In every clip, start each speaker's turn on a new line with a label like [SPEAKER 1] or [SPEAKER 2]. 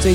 [SPEAKER 1] 最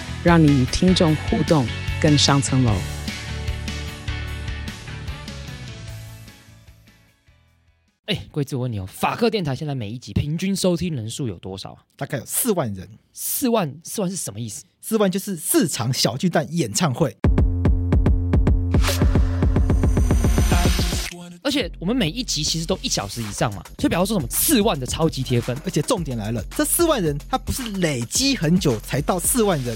[SPEAKER 1] 让你与听众互动更上层楼。
[SPEAKER 2] 哎，贵子，我问你哦，法克电台现在每一集平均收听人数有多少啊？
[SPEAKER 3] 大概有四万人，
[SPEAKER 2] 四万，四万是什么意思？
[SPEAKER 3] 四万就是四场小巨蛋演唱会。
[SPEAKER 2] 而且我们每一集其实都一小时以上嘛，所以比方说什么四万的超级贴分，
[SPEAKER 3] 而且重点来了，这四万人他不是累积很久才到四万人，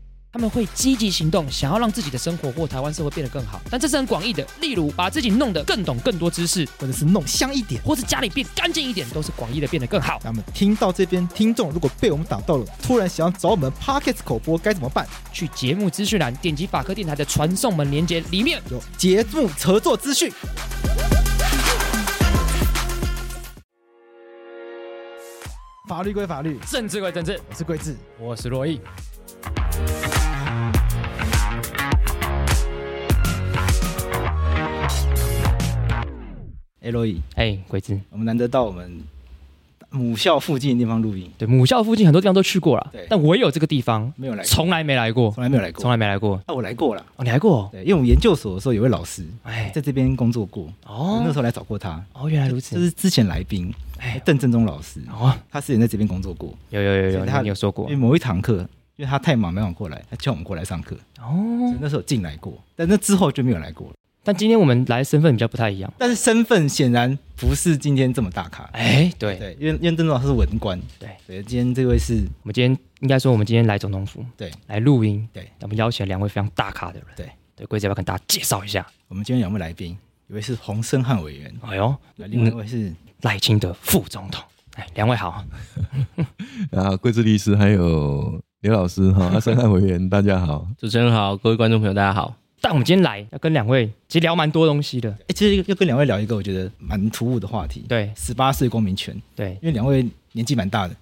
[SPEAKER 2] 他们会积极行动，想要让自己的生活或台湾社会变得更好。但这是很广义的，例如把自己弄得更懂更多知识，
[SPEAKER 3] 或者是弄香一点？
[SPEAKER 2] 或是家里变干净一点，都是广义的变得更好。
[SPEAKER 3] 那么听到这边，听众如果被我们打到了，突然想要找我们 p o c k e t 口播该怎么办？
[SPEAKER 2] 去节目资讯栏点击法科电台的传送门连接，里面
[SPEAKER 3] 有节目合作资讯。法律归法律，
[SPEAKER 2] 政治归政治，
[SPEAKER 3] 我是桂智。
[SPEAKER 2] 我是洛毅。
[SPEAKER 4] 哎，罗伊，
[SPEAKER 2] 哎，鬼子，
[SPEAKER 4] 我们难得到我们母校附近的地方录音，
[SPEAKER 2] 对母校附近很多地方都去过了
[SPEAKER 4] 对，
[SPEAKER 2] 但唯有这个地方
[SPEAKER 4] 没有来过
[SPEAKER 2] 从来没来过，
[SPEAKER 4] 从来没有来过。
[SPEAKER 2] 从来没来过。
[SPEAKER 4] 啊，我来过了。
[SPEAKER 2] 哦，你来过哦？
[SPEAKER 4] 对，因为我们研究所的时候有位老师
[SPEAKER 2] 哎，
[SPEAKER 4] 在这边工作过，我那
[SPEAKER 2] 哦
[SPEAKER 4] 时候来找过他，
[SPEAKER 2] 哦，原来如
[SPEAKER 4] 就
[SPEAKER 2] 此。
[SPEAKER 4] 是之前来宾
[SPEAKER 2] 哎，
[SPEAKER 4] 邓正中老师，
[SPEAKER 2] 哦，
[SPEAKER 4] 他之前在这边工作过，
[SPEAKER 2] 有有有
[SPEAKER 4] 所
[SPEAKER 2] 有，
[SPEAKER 4] 以他
[SPEAKER 2] 你你有说过
[SPEAKER 4] 因为某一堂课，因为他太忙没有过来，他叫我们过来上课，所
[SPEAKER 2] 哦
[SPEAKER 4] 以。那时候有进来过，但那之后就没有来过了。
[SPEAKER 2] 但今天我们来的身份比较不太一样。
[SPEAKER 4] 但是身份显然不是今天这么大咖，
[SPEAKER 2] 哎，对，
[SPEAKER 4] 对，因为因为邓正老师是文官，
[SPEAKER 2] 对，
[SPEAKER 4] 对，今天这位是
[SPEAKER 2] 我们今天应该说，我们今天来总统府，
[SPEAKER 4] 对，
[SPEAKER 2] 来录音，
[SPEAKER 4] 对，
[SPEAKER 2] 我们邀请了两位非常大咖的人，
[SPEAKER 4] 对，
[SPEAKER 2] 对，贵子要不要跟大家介绍一下？
[SPEAKER 4] 我们今天两位来宾，一位是洪森汉委员，
[SPEAKER 2] 哎呦，
[SPEAKER 4] 那另外一
[SPEAKER 2] 嗯
[SPEAKER 4] 位是
[SPEAKER 2] 赖清德副总统，哎，两位好，
[SPEAKER 5] 啊，桂枝律师还有刘老师哈，阿森汉委员，大家好。
[SPEAKER 6] 主持人好，各位观众朋友大家好。
[SPEAKER 2] 但我们今天来要跟两位其实聊蛮多东西的，
[SPEAKER 4] 哎、其实要跟两位聊一个我觉得蛮突兀的话题，，
[SPEAKER 2] 对
[SPEAKER 4] 十八岁公民权，
[SPEAKER 2] 对，
[SPEAKER 4] 因为两位年纪蛮大的，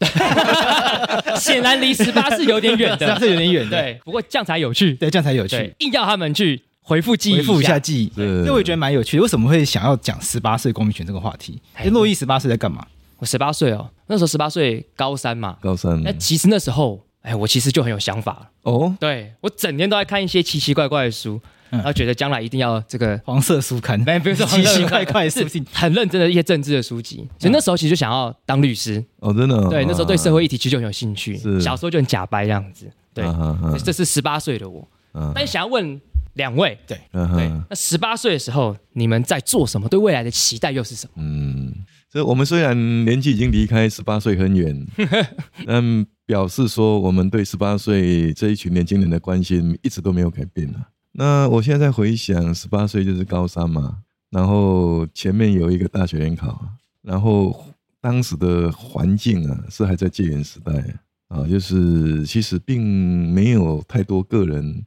[SPEAKER 2] 显然离十八是有点远
[SPEAKER 4] 十八
[SPEAKER 2] 的，
[SPEAKER 4] 岁有点远的，
[SPEAKER 2] 对，不过这样才有趣，
[SPEAKER 4] 对，这样才有趣
[SPEAKER 2] 对，，硬要他们去回复记忆
[SPEAKER 4] 回复
[SPEAKER 2] 一
[SPEAKER 4] 一
[SPEAKER 2] 下
[SPEAKER 4] 下，记忆，
[SPEAKER 5] 是
[SPEAKER 4] 所以我也觉得蛮有趣的。为什么会想要讲十八岁公民权这个话题？
[SPEAKER 2] 哎
[SPEAKER 4] 因为洛伊十八岁在干嘛？
[SPEAKER 2] 我十八岁哦，那时候十八岁高三嘛，
[SPEAKER 5] 高三
[SPEAKER 2] 那其实那时候，哎，我其实就很有想法了。
[SPEAKER 5] 哦，
[SPEAKER 2] 对我整天都在看一些奇奇怪怪的书，
[SPEAKER 4] 嗯
[SPEAKER 2] 然后觉得将来一定要这个，
[SPEAKER 4] 黄色书刊，
[SPEAKER 2] 没不是
[SPEAKER 4] 奇奇怪怪的书
[SPEAKER 2] 是
[SPEAKER 4] 信，
[SPEAKER 2] 很认真的一些政治的书籍，所以那时候其实就想要当律师。
[SPEAKER 5] 哦，真的哦、
[SPEAKER 2] 对，那时候对社
[SPEAKER 5] 会，
[SPEAKER 2] 会议题其实就很有兴趣，
[SPEAKER 5] 是
[SPEAKER 2] 小时候就很假掰这样子。对，
[SPEAKER 5] 啊
[SPEAKER 2] 这是十八岁的我，
[SPEAKER 5] 啊
[SPEAKER 2] 但想要问两位，
[SPEAKER 5] 对
[SPEAKER 2] 那十八岁的时候你们在做什么？对未来的期待又是什么？
[SPEAKER 5] 嗯，所以我们虽然年纪已经离开十八岁很远，但表示说我们对十八岁这一群年轻人的关心一直都没有改变啊。那我现在在回想，十八岁就是高三嘛，然后前面有一个大学联考，啊然后当时的环境啊是还在戒严时代啊，就是其实并没有太多个人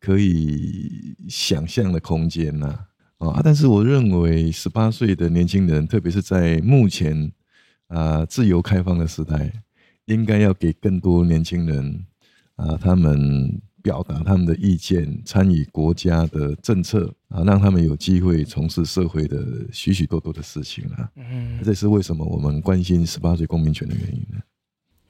[SPEAKER 5] 可以想象的空间呐、啊，但是我认为十八岁的年轻人，特别是在目前啊、自由开放的时代，应该要给更多年轻人啊、他们表达他们的意见，参与国家的政策啊、让他们有机会从事社会的许许多多的事情啊。
[SPEAKER 2] 嗯，
[SPEAKER 5] 这是为什么我们关心十八岁公民权的原因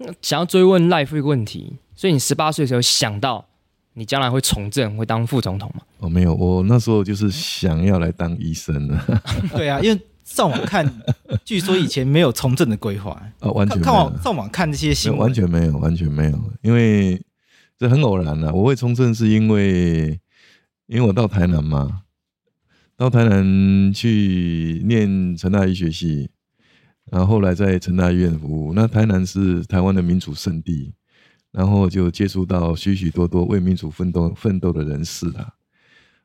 [SPEAKER 5] 呢？
[SPEAKER 2] 想要追问 life 一个问题，所以你十八岁的时候想到你将来会从政，会当副总统吗？
[SPEAKER 5] 哦，没有，我那时候就是想要来当医生啊，
[SPEAKER 3] 对啊，因为上网看，据说以前没有从政的规划，
[SPEAKER 5] 啊完全
[SPEAKER 3] 看
[SPEAKER 5] 没
[SPEAKER 3] 看
[SPEAKER 5] 有
[SPEAKER 3] 网。上网看这些新
[SPEAKER 5] 没有
[SPEAKER 3] 闻，
[SPEAKER 5] 完全没有，完全没有，因为这很偶然的、啊我会从政是因为，因为我到台南嘛，到台南去念成大医学系，然后后来在成大医院服务。那台南是台湾的民主圣地，然后就接触到许许多多为民主奋斗奋斗的人士啦、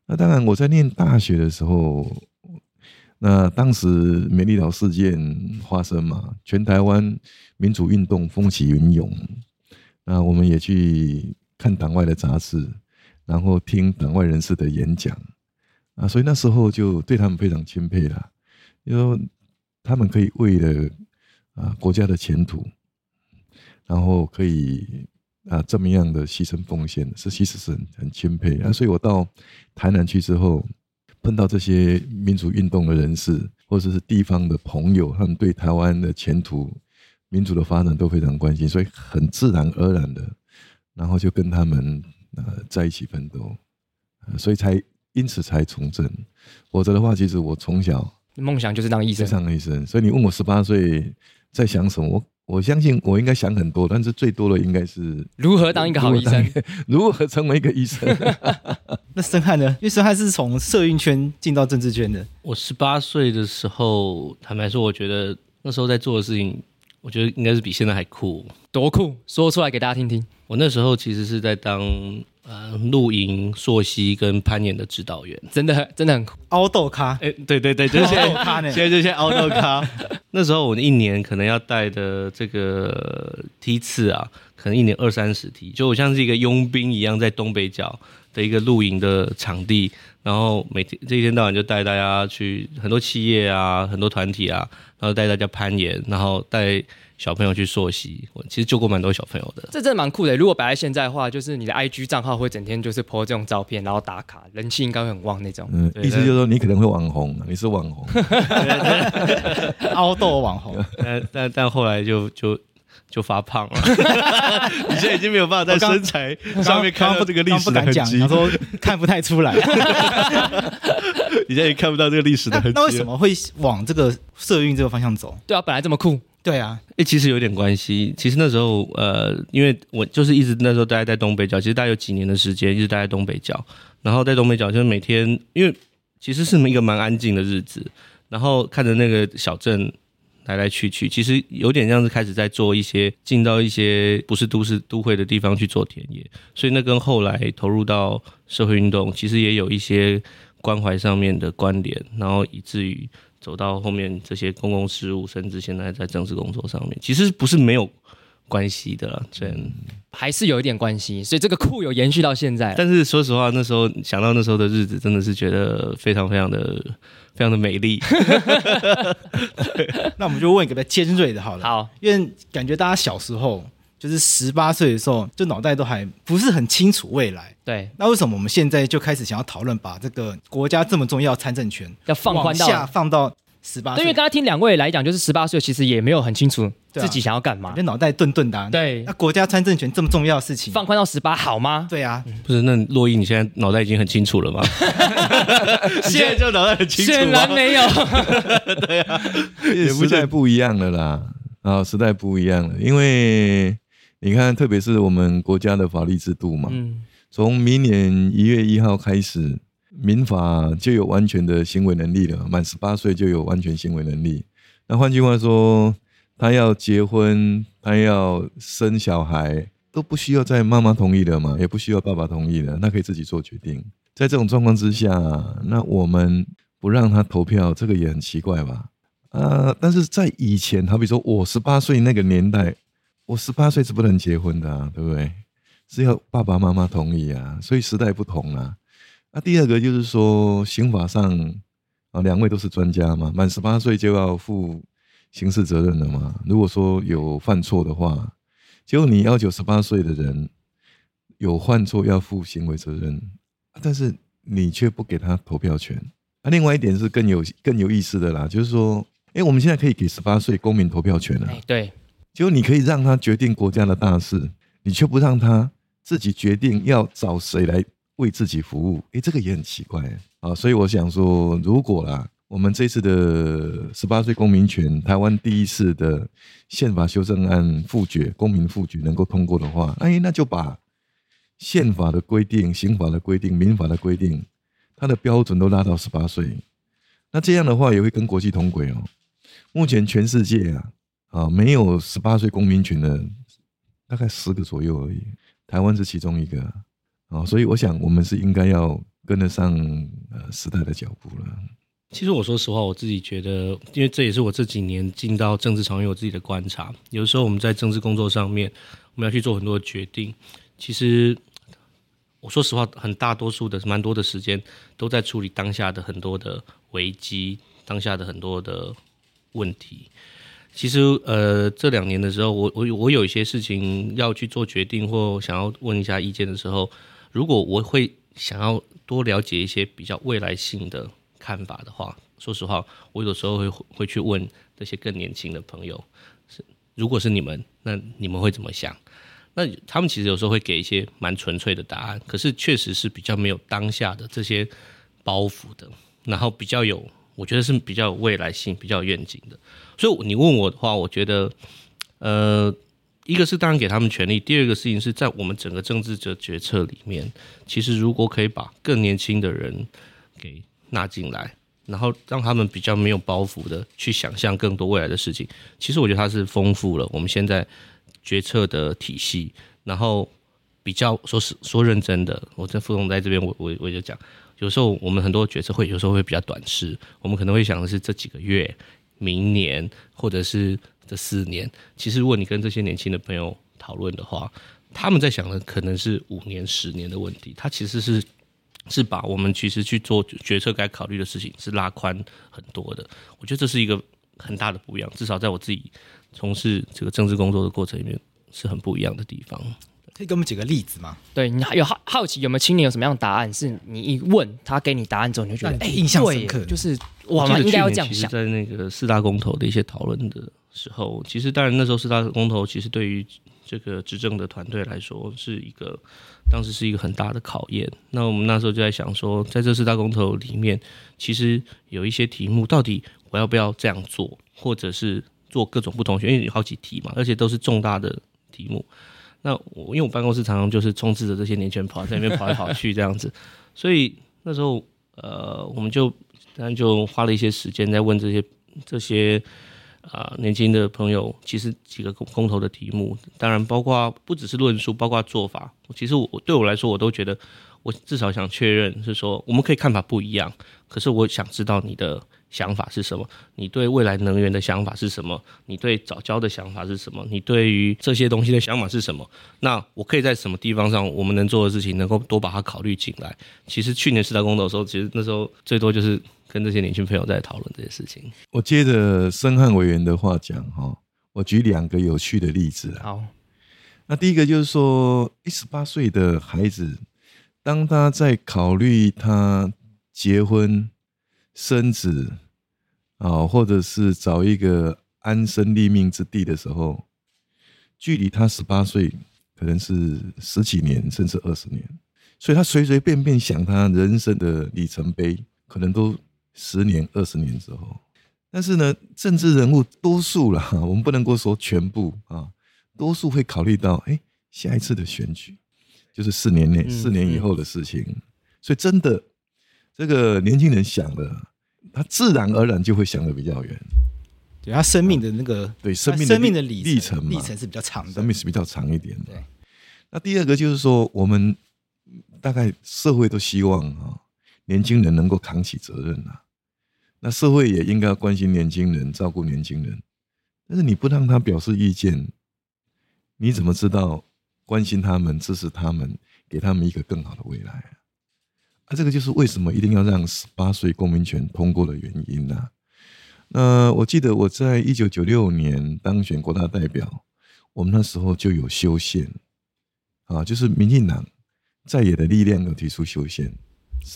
[SPEAKER 5] 那当然，我在念大学的时候，那当时美丽岛事件发生嘛，全台湾民主运动风起云涌，那我们也去看党外的杂志，然后听党外人士的演讲啊，所以那时候就对他们非常钦佩啦，就说他们可以为了啊国家的前途，然后可以啊这么样的牺牲奉献，是其实是很很钦佩啊。所以我到台南去之后，碰到这些民主运动的人士或者是地方的朋友，他们对台湾的前途、民主的发展都非常关心，所以很自然而然的，然后就跟他们呃在一起奋斗，呃所以才因此才从政。否则的话，其实我从小
[SPEAKER 2] 梦想就是当医
[SPEAKER 5] 就
[SPEAKER 2] 生。
[SPEAKER 5] 上了一生，所以你问我十八岁在想什么，我我相信我应该想很多，但是最多的应该是
[SPEAKER 2] 如何当一个好医生？
[SPEAKER 5] 如何成为一个医生。
[SPEAKER 3] 那申汉呢？因为申汉是从社运圈进到政治圈的，
[SPEAKER 6] 我十八岁的时候，坦白说，我觉得那时候在做的事情，我觉得应该是比现在还酷。
[SPEAKER 2] 多酷！说出来给大家听听。
[SPEAKER 6] 我那时候其实是在当呃露营、溯溪跟攀岩的指导员。
[SPEAKER 2] 真的真的很酷。
[SPEAKER 3] 凹豆咖，
[SPEAKER 6] 哎、对对对，就是现
[SPEAKER 3] 凹豆
[SPEAKER 6] 在
[SPEAKER 3] 咖呢
[SPEAKER 6] 现？在就先凹豆咖。 那时候我一年可能要带的这个梯次啊，可能一年二三十梯，就我像是一个佣兵一样，在东北角的一个露营的场地，然后每天这一天到晚就带大家去很多企业啊，很多团体啊，然后带大家攀岩，然后带小朋友去溯溪。我其实救过蛮多小朋友的。
[SPEAKER 2] 这真的蛮酷的。如果摆在现在的话，就是你的 IG 账号会整天就是 po 这种照片，然后打卡，人气应该会很旺那种。
[SPEAKER 5] 嗯，
[SPEAKER 6] 对
[SPEAKER 5] 意思就是说你可能会网红，啊你是网红，
[SPEAKER 3] 凹豆网红，
[SPEAKER 6] 但但但后来就就就发胖 了，你现在已经没有办法在身材上面
[SPEAKER 3] 刚
[SPEAKER 6] 看
[SPEAKER 3] 刚
[SPEAKER 6] 到
[SPEAKER 3] 不
[SPEAKER 6] 这个历史
[SPEAKER 3] 刚
[SPEAKER 6] 的
[SPEAKER 3] 刚不
[SPEAKER 6] 痕
[SPEAKER 3] 敢
[SPEAKER 6] 迹
[SPEAKER 3] 讲，他。说看不太出来。啊
[SPEAKER 6] 你现在也看不到这个历史
[SPEAKER 3] 那
[SPEAKER 6] 的痕迹。
[SPEAKER 3] 那为什？么会往这个社运这个方向走？
[SPEAKER 2] 对啊，本来这么酷，
[SPEAKER 3] 对啊，
[SPEAKER 6] 哎、其实有点关系。其实那时候，呃，因为我就是一直那时候待在东北角，其实大概有几年的时间一直待在东北角。然后在东北角就是每天，因为其实是一个蛮安静的日子，然后看着那个小镇来来去去，其实有点像是开始在做一些进到一些不是都市都会的地方去做田野，所以那跟后来投入到社会运动，其实也有一些关怀上面的关联，然后以至于走到后面这些公共事务，甚至现在在政治工作上面，其实不是没有关系的啦。虽然，
[SPEAKER 2] 还是有一点关系，所以这个酷有延续到现在。
[SPEAKER 6] 但是说实话，那时候想到那时候的日子，真的是觉得非常非常的非常的美丽。
[SPEAKER 3] 那我们就问一个比较尖锐的好了。
[SPEAKER 2] 好，
[SPEAKER 3] 因为感觉大家小时候就是十八岁的时候，就脑袋都还不是很清楚未来。
[SPEAKER 2] 对，
[SPEAKER 3] 那为什么我们现在就开始想要讨论把这个国家这么重要的参政权
[SPEAKER 2] 要放宽
[SPEAKER 3] 往下
[SPEAKER 2] 到。
[SPEAKER 3] 放到十八
[SPEAKER 2] 对，因为
[SPEAKER 3] 岁？
[SPEAKER 2] 刚刚听两位来讲，就是十八岁其实也没有很清楚
[SPEAKER 3] 对啊
[SPEAKER 2] 自己想要干嘛
[SPEAKER 3] 感觉。脑袋顿顿的、啊。
[SPEAKER 2] 对
[SPEAKER 3] 那，国家参政权这么重要的事情，
[SPEAKER 2] 放宽到十八好 吗？
[SPEAKER 3] 对啊，
[SPEAKER 6] 不是，那洛伊，你现在脑袋已经很清楚了吗？现在就脑 袋很清楚啊
[SPEAKER 2] 显
[SPEAKER 6] 吗
[SPEAKER 2] 然？没有。
[SPEAKER 5] 时代不一样了啦，啊，时代不一样了，因为你看，特别是我们国家的法律制度嘛，
[SPEAKER 2] 嗯，
[SPEAKER 5] 从明年一月一号开始，民法就有完全的行为能力了，满十八岁就有完全行为能力。那换句话说，他要结婚，他要生小孩，都不需要在妈妈同意了嘛，也不需要爸爸同意了，那可以自己做决定。在这种状况之下，那我们不让他投票，这个也很奇怪吧？啊，但是在以前，好比说我十八岁那个年代，我十八岁是不能结婚的啊，对不对？是要爸爸妈妈同意啊，所以时代不同啦、那第二个就是说，刑法上啊，两位都是专家嘛，满十八岁就要负刑事责任了嘛。如果说有犯错的话，结果你要求十八岁的人有犯错要负行为责任，啊但是你却不给他投票权。那、另外一点是更有更有意思的啦，就是说，哎，我们现在可以给十八岁公民投票权了、啊
[SPEAKER 2] 哎，，对，
[SPEAKER 5] 就你可以让他决定国家的大事，你却不让他自己决定要找谁来为自己服务，诶，这个也很奇怪啊。所以我想说，如果啦，我们这次的十八岁公民权，台湾第一次的宪法修正案复决，公民复决能够通过的话，哎，那就把宪法的规定、刑法的规定、民法的规定，它的标准都拉到十八岁，那这样的话也会跟国际同轨哦。目前全世界啊，啊，没有十八岁公民权的大概十个左右而已。台湾是其中一个啊、哦所以我想我们是应该要跟得上呃时代的脚步了。
[SPEAKER 6] 其实我说实话，我自己觉得，因为这也是我这几年进到政治场域我自己的观察。有的时候我们在政治工作上面，我们要去做很多的决定。其实我说实话，很大多数的蛮多的时间都在处理当下的很多的危机，当下的很多的问题。其实呃，这两年的时候，我我有我有一些事情要去做决定或想要问一下意见的时候，如果我会想要多了解一些比较未来性的看法的话，说实话，我有时候会会去问那些更年轻的朋友，是如果是你们，那你们会怎么想？那他们其实有时候会给一些蛮纯粹的答案，可是确实是比较没有当下的这些包袱的，然后比较有，我觉得是比较有未来性、比较有愿景的。所以你问我的话，我觉得，呃，一个是当然给他们权利，第二个事情是在我们整个政治的决策里面，其实如果可以把更年轻的人给纳进来，然后让他们比较没有包袱的去想象更多未来的事情，其实我觉得它是丰富了我们现在决策的体系，然后。比较说是说认真的，我在副总在这边，我我我就讲，有时候我们很多决策会有时候会比较短视，我们可能会想的是这几个月，明年或者是这四年，其实如果你跟这些年轻的朋友讨论的话，他们在想的可能是五年、十年的问题，他其实是是把我们其实去做决策该考虑的事情是拉宽很多的。我觉得这是一个很大的不一样，至少在我自己从事这个政治工作的过程里面是很不一样的地方。
[SPEAKER 4] 可以给我们几个例子吗？
[SPEAKER 2] 对你有好好奇有没有青年有什么样的答案？是你一问他给你答案之后，你就觉得
[SPEAKER 4] 让
[SPEAKER 2] 哎，
[SPEAKER 4] 你印象
[SPEAKER 2] 对
[SPEAKER 4] 深刻
[SPEAKER 2] 耶就是我
[SPEAKER 6] 我
[SPEAKER 2] 们
[SPEAKER 6] 们
[SPEAKER 2] 应该要这样
[SPEAKER 6] 其实
[SPEAKER 2] 想。
[SPEAKER 6] 在那个四大公投的一些讨论的时候，其实当然那时候四大公投其实对于这个执政的团队来说是一个当时是一个很大的考验。那我们那时候就在想说，在这四大公投里面，其实有一些题目，到底我要不要这样做，或者是做各种不同选，因为有好几题嘛，而且都是重大的题目。那我因为我办公室常常就是充斥着这些年轻人跑在那边跑来跑去这样子，所以那时候呃，我们就当然就花了一些时间在问这些这些啊、呃年轻的朋友，其实几个公公投的题目，当然包括不只是论述，包括做法。其实我我对我来说，我都觉得我至少想确认是说，我们可以看法不一样，可是我想知道你的想法是什么，你对未来能源的想法是什么，你对早教的想法是什么，你对于这些东西的想法是什么？那我可以在什么地方上，我们能做的事情，能够多把它考虑进来。其实去年四大公投的时候，其实那时候最多就是跟这些年轻朋友在讨论这些事情。
[SPEAKER 5] 我接着申汉委员的话讲哈、哦，我举两个有趣的例子啊。
[SPEAKER 2] 好，
[SPEAKER 5] 那第一个就是说，一十八岁的孩子，当他在考虑他结婚、生子啊、或者是找一个安身立命之地的时候，距离他十八岁可能是十几年，甚至二十年，所以他随随便便想他人生的里程碑，可能都十年、二十年之后。但是呢，政治人物多数啦，我们不能够说全部啊，多数会考虑到，哎、下一次的选举就是四年内、
[SPEAKER 6] 嗯
[SPEAKER 5] 四年以后的事情，所以真的，这个年轻人想了，他自然而然就会想的比较远，
[SPEAKER 4] 对他生命的那个
[SPEAKER 5] 对
[SPEAKER 4] 他
[SPEAKER 5] 生命
[SPEAKER 4] 生命的
[SPEAKER 5] 历
[SPEAKER 4] 历
[SPEAKER 5] 程嘛
[SPEAKER 4] 历程是比较长的
[SPEAKER 5] 生。命是比较长一点的
[SPEAKER 4] 对。
[SPEAKER 5] 那第二个就是说，我们大概社会都希望啊、年轻人能够扛起责任啊。那社会也应该要关心年轻人，照顾年轻人。但是你不让他表示意见，你怎么知道关心他们、支持他们，给他们一个更好的未来啊？啊，这个就是为什么一定要让十八岁公民权通过的原因呐、那我记得我在一九九六年当选国大代表，我们那时候就有修宪，啊，就是民进党在野的力量有提出修宪。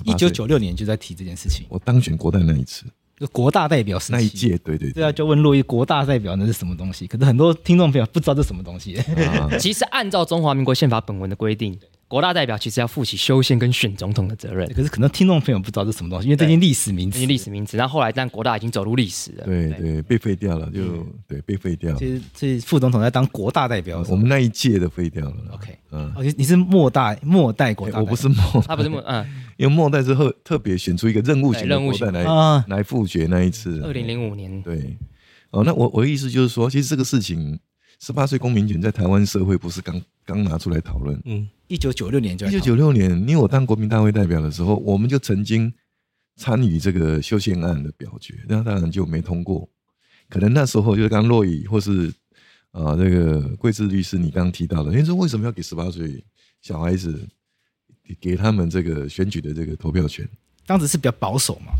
[SPEAKER 4] 一
[SPEAKER 5] 18
[SPEAKER 4] 九
[SPEAKER 5] 岁
[SPEAKER 4] 九六年就在提这件事情，
[SPEAKER 5] 我当选国代那一次，
[SPEAKER 4] 就国大代表时期
[SPEAKER 5] 那一。届，对对
[SPEAKER 4] 对啊，就问洛伊国大代表那是什么东西？可是很多听众朋友不知道这什么东西。
[SPEAKER 5] 啊，
[SPEAKER 2] 其实按照中华民国宪法本文的规定，国大代表其实要负起修宪跟选总统的责任
[SPEAKER 4] 对，可是可能听众朋友不知道这是什么东西，因为这些历史名
[SPEAKER 2] 这
[SPEAKER 4] 词
[SPEAKER 5] 哎
[SPEAKER 2] 些。历史名词。但后来，但国大已经走入历史了。
[SPEAKER 5] 对对，被废掉了，就对被废掉了
[SPEAKER 4] 其，实，这副总统在当国大代表的时候。
[SPEAKER 5] 我们那一届的废掉了啦。
[SPEAKER 4] OK
[SPEAKER 5] 嗯，
[SPEAKER 4] 哦，你你是末代末代国大代表，
[SPEAKER 5] 哎我不是末代，
[SPEAKER 2] 他不是嗯，
[SPEAKER 5] 因为末代之后特别选出一个任务型
[SPEAKER 2] 对
[SPEAKER 5] 的
[SPEAKER 2] 任务
[SPEAKER 5] 国
[SPEAKER 2] 型
[SPEAKER 5] 代来
[SPEAKER 4] 啊，
[SPEAKER 5] 来复决那一次，啊
[SPEAKER 2] 二零零五年
[SPEAKER 5] 对，哦，那我我的意思就是说，其实这个事情十八岁公民权在台湾社会不是刚刚拿出来讨论。
[SPEAKER 6] 嗯，
[SPEAKER 3] 一九九六年就
[SPEAKER 5] 一九九六年，因为我当国民大会代表的时候，我们就曾经参与这个修宪案的表决，那当然就没通过。可能那时候就是刚洛伊或是啊、呃这个桂志律师你刚提到的，你说为什么要给十八岁小孩子给他们这个选举的这个投票权？
[SPEAKER 3] 当时是比较保守嘛，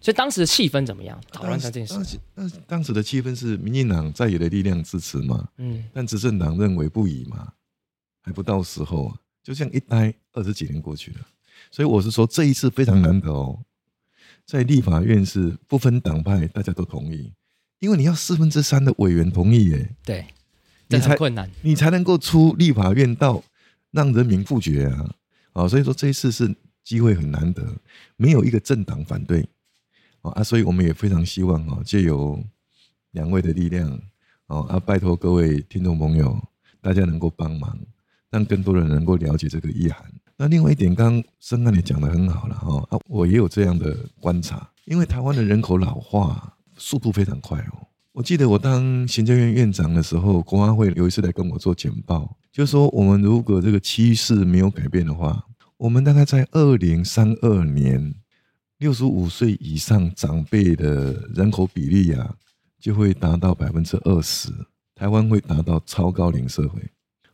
[SPEAKER 2] 所以当时的气氛怎么样？讨论一下这件事
[SPEAKER 5] 当。时当时当时的气氛是民进党在野的力量支持嘛，
[SPEAKER 2] 嗯，
[SPEAKER 5] 但执政党认为不宜嘛，还不到时候啊，就这样一待二十几年过去了，所以我是说这一次非常难得哦，在立法院是不分党派，大家都同意，因为你要四分之三的委员同意耶，
[SPEAKER 3] 对，
[SPEAKER 2] 这
[SPEAKER 5] 你
[SPEAKER 2] 很
[SPEAKER 5] 才
[SPEAKER 2] 困难。
[SPEAKER 5] 你才能够出立法院到让人民复决啊，啊，所以说这一次是机会很难得，没有一个政党反对啊啊，所以我们也非常希望啊，借由两位的力量哦啊，拜托各位听众朋友，大家能够帮忙，让更多人能够了解这个意涵。那另外一点，刚刚生安也讲的很好了哈、哦、啊，我也有这样的观察，因为台湾的人口老化速度非常快哦。我记得我当行政院院长的时候，国安会有一次来跟我做简报，就是说我们如果这个趋势没有改变的话，我们大概在二零三二年，六十五岁以上长辈的人口比例啊，就会达到百分之二十，台湾会达到超高龄社会。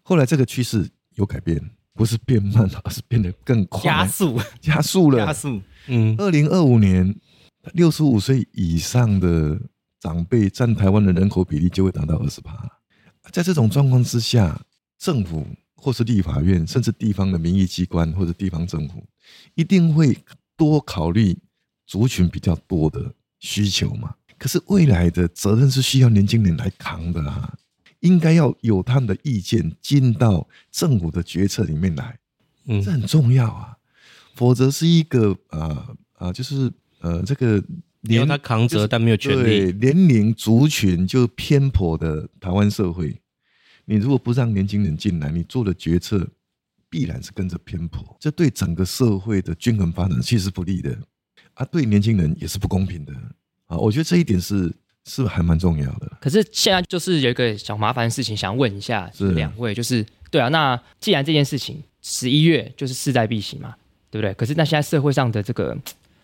[SPEAKER 5] 后来这个趋势有改变，不是变慢了，而是变得更快，
[SPEAKER 3] 加 速
[SPEAKER 5] 加速了，
[SPEAKER 3] 加速，
[SPEAKER 6] 嗯，
[SPEAKER 5] 二零二五年，六十五岁以上的长辈占台湾的人口比例就会达到二十趴。在这种状况之下，政府或是立法院，甚至地方的民意机关或者地方政府，一定会多考虑族群比较多的需求嘛。可是未来的责任是需要年轻人来扛的啊，应该要有他们的意见进到政府的决策里面来。
[SPEAKER 6] 嗯
[SPEAKER 5] 这很重要啊，否则是一个啊啊、呃就是呃，这个
[SPEAKER 6] 因为
[SPEAKER 5] 年
[SPEAKER 6] 他扛责，但没有权
[SPEAKER 5] 对
[SPEAKER 6] 利。
[SPEAKER 5] 年龄族群就偏颇的台湾社会，你如果不让年轻人进来，你做的决策必然是跟着偏颇，这对整个社会的均衡发展其实不利的，啊，对年轻人也是不公平的啊。我觉得这一点是是还蛮重要的。
[SPEAKER 2] 可是现在就是有一个小麻烦的事情，想问一下
[SPEAKER 5] 是
[SPEAKER 2] 两位，就是对啊，那既然这件事情十一月就是势在必行嘛，对不对？可是那现在社会上的这个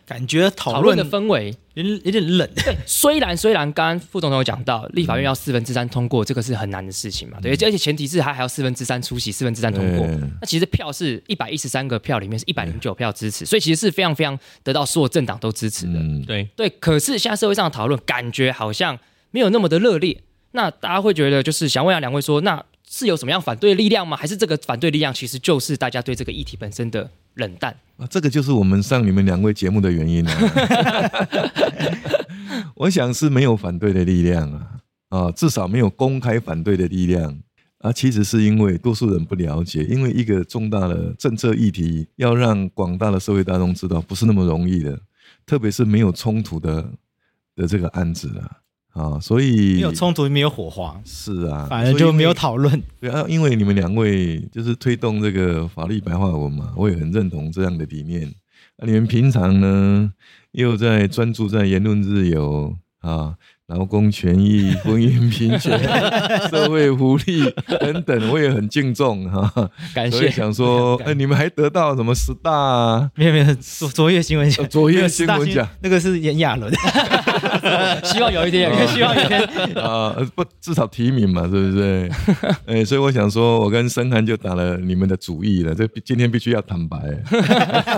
[SPEAKER 3] 感觉讨
[SPEAKER 2] 讨论
[SPEAKER 3] 论
[SPEAKER 2] 的
[SPEAKER 3] 有
[SPEAKER 2] 氛围，
[SPEAKER 3] 点有点 冷，
[SPEAKER 2] 对，虽然虽然刚刚副总统有讲到，立法院要四分之三通过，这个是很难的事情嘛，对，而且而且前提是他还要四分之三出席，四分之三通过
[SPEAKER 5] 嗯对。
[SPEAKER 2] 那其实票是一百一十三个票里面是一百零九票支持，所以其实是非常非常得到所有政党都支持的。
[SPEAKER 5] 嗯，
[SPEAKER 6] 对，
[SPEAKER 2] 对，可是现在社会上的讨论感觉好像没有那么的热烈。那大家会觉得，就是想问下两位说，那是有什么样反对力量吗？还是这个反对力量其实就是大家对这个议题本身的冷淡？
[SPEAKER 5] 啊，这个就是我们上你们两位节目的原因啊。 我想是没有反对的力量啊，啊，至少没有公开反对的力量啊。其实是因为多数人不了解，因为一个重大的政策议题，要让广大的社会大众知道，不是那么容易的，特别是没有冲突的的这个案子啊，啊，所以
[SPEAKER 3] 没有冲突，没有火花，
[SPEAKER 5] 是啊，
[SPEAKER 3] 反正
[SPEAKER 5] 所以
[SPEAKER 3] 就
[SPEAKER 5] 因
[SPEAKER 3] 没有
[SPEAKER 5] 为
[SPEAKER 3] 讨论。
[SPEAKER 5] 对啊，因为你们两位就是推动这个法律白话文嘛，我也很认同这样的理念。啊，你们平常呢又在专注在言论自由啊、劳工权益、 婚姻平权、社会福利等等，我也很敬重哈、
[SPEAKER 2] 感
[SPEAKER 5] 所以
[SPEAKER 2] 谢。
[SPEAKER 5] 想说，哎、你们还得到什么十大、啊？
[SPEAKER 3] 没有没有，卓卓越新闻奖，
[SPEAKER 5] 哦卓越
[SPEAKER 3] 那个是大
[SPEAKER 5] 新 闻奖
[SPEAKER 3] 那个是炎亚纶，
[SPEAKER 2] 希望有一 天，希望有一天。
[SPEAKER 5] 啊、呃不，至少提名嘛，是不是？哎、所以我想说，我跟深涵就打了你们的主意了，这必今天必须要坦白。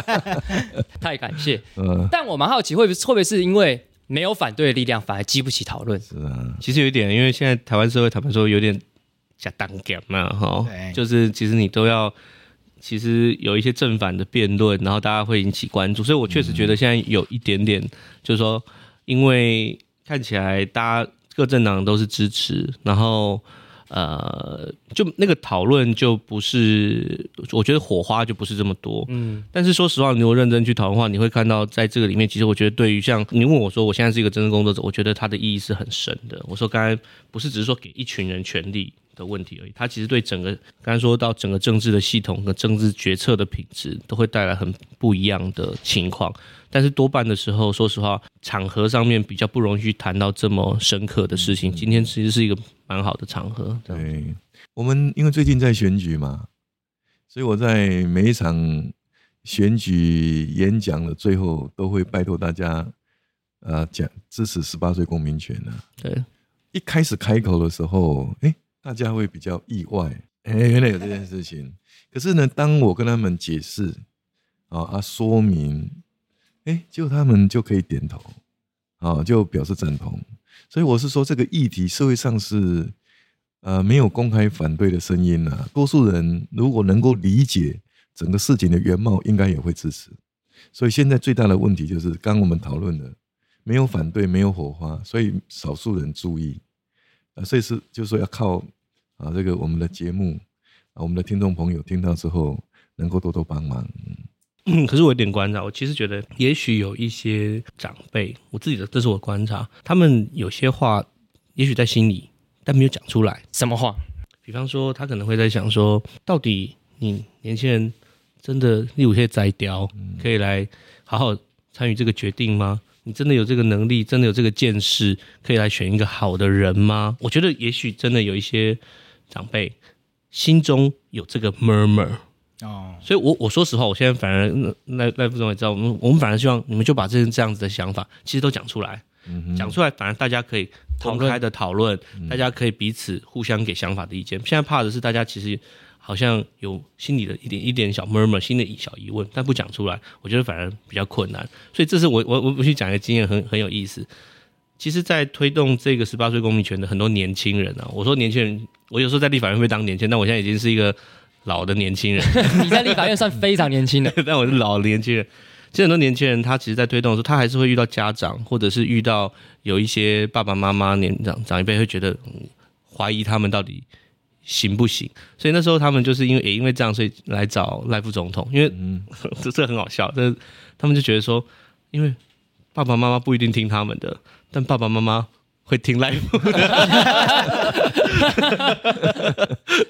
[SPEAKER 2] 太感谢。
[SPEAKER 5] 嗯、
[SPEAKER 2] 但我蛮好奇，会不会会不会是因为没有反对的力量，反而激不起讨论？
[SPEAKER 5] 是啊，
[SPEAKER 6] 其实有一点，因为现在台湾社会，坦白说有点假当感嘛，哈
[SPEAKER 3] 对，
[SPEAKER 6] 就是其实你都要，其实有一些正反的辩论，然后大家会引起关注，所以我确实觉得现在有一点点，就是说，因为看起来大家各政党都是支持，然后。呃，就那个讨论就不是，我觉得火花就不是这么多。
[SPEAKER 2] 嗯，
[SPEAKER 6] 但是说实话，你如果认真去讨论的话，你会看到在这个里面，其实我觉得对于像你问我说，我现在是一个真正工作者，我觉得它的意义是很深的。我说刚才不是只是说给一群人权利，的问题而已，它其实对整个刚才说到整个政治的系统和政治决策的品质都会带来很不一样的情况。但是多半的时候，说实话，场合上面比较不容易去谈到这么深刻的事情。今天其实是一个蛮好的场合，这样
[SPEAKER 5] 对，我们因为最近在选举嘛，所以我在每一场选举演讲的最后都会拜托大家，呃，讲支持十八岁公民权啊。
[SPEAKER 6] 对，
[SPEAKER 5] 一开始开口的时候，哎、大家会比较意外，哎、原来有这件事情。可是呢，当我跟他们解释啊啊说明，哎、结果他们就可以点头，啊，就表示赞同。所以我是说，这个议题社会上是呃没有公开反对的声音啊。多数人如果能够理解整个事情的原貌，应该也会支持。所以现在最大的问题就是，刚刚我们讨论的，没有反对，没有火花，所以少数人注意啊，所以是就是说要靠啊这个我们的节目啊，我们的听众朋友听到之后，能够多多帮忙。
[SPEAKER 6] 嗯可是我有点观察，我其实觉得，也许有一些长辈，我自己的这是我观察，他们有些话，也许在心里，但没有讲出来。
[SPEAKER 2] 什么话？
[SPEAKER 6] 比方说，他可能会在想说，到底你年轻人真的，例如一些摘雕，可以来好好参与这个决定吗？你真的有这个能力，真的有这个见识，可以来选一个好的人吗？我觉得也许真的有一些长辈心中有这个 murmur，
[SPEAKER 4] 哦，
[SPEAKER 6] 所以我，我说实话，我现在反而嗯赖赖副总也知道，我们我们反而希望你们就把这这样子的想法，其实都讲出来，
[SPEAKER 5] 嗯
[SPEAKER 6] 讲出来，反而大家可以公开的讨论，嗯大家可以彼此互相给想法的意见。现在怕的是大家其实好像有心里的一点一点小 murmur，心里的小疑问，但不讲出来，我觉得反而比较困难。所以，这是我我我我去讲一个经验，很很有意思。其实，在推动这个十八岁公民权的很多年轻人啊，我说年轻人，我有时候在立法院会当年轻人，但我现在已经是一个老的年轻人。
[SPEAKER 2] 你在立法院算非常年轻 的，
[SPEAKER 6] 但我是老年轻人。其实很多年轻人，他其实，在推动的时候，他还是会遇到家长，或者是遇到有一些爸爸妈妈年长长一辈会觉得嗯怀、疑他们到底行不行。所以那时候他们就是因为也因为这样，所以来找赖副总统，因为
[SPEAKER 5] 嗯，
[SPEAKER 6] 这这很好笑，这他们就觉得说，因为爸爸妈妈不一定听他们的，但爸爸妈妈会听赖副。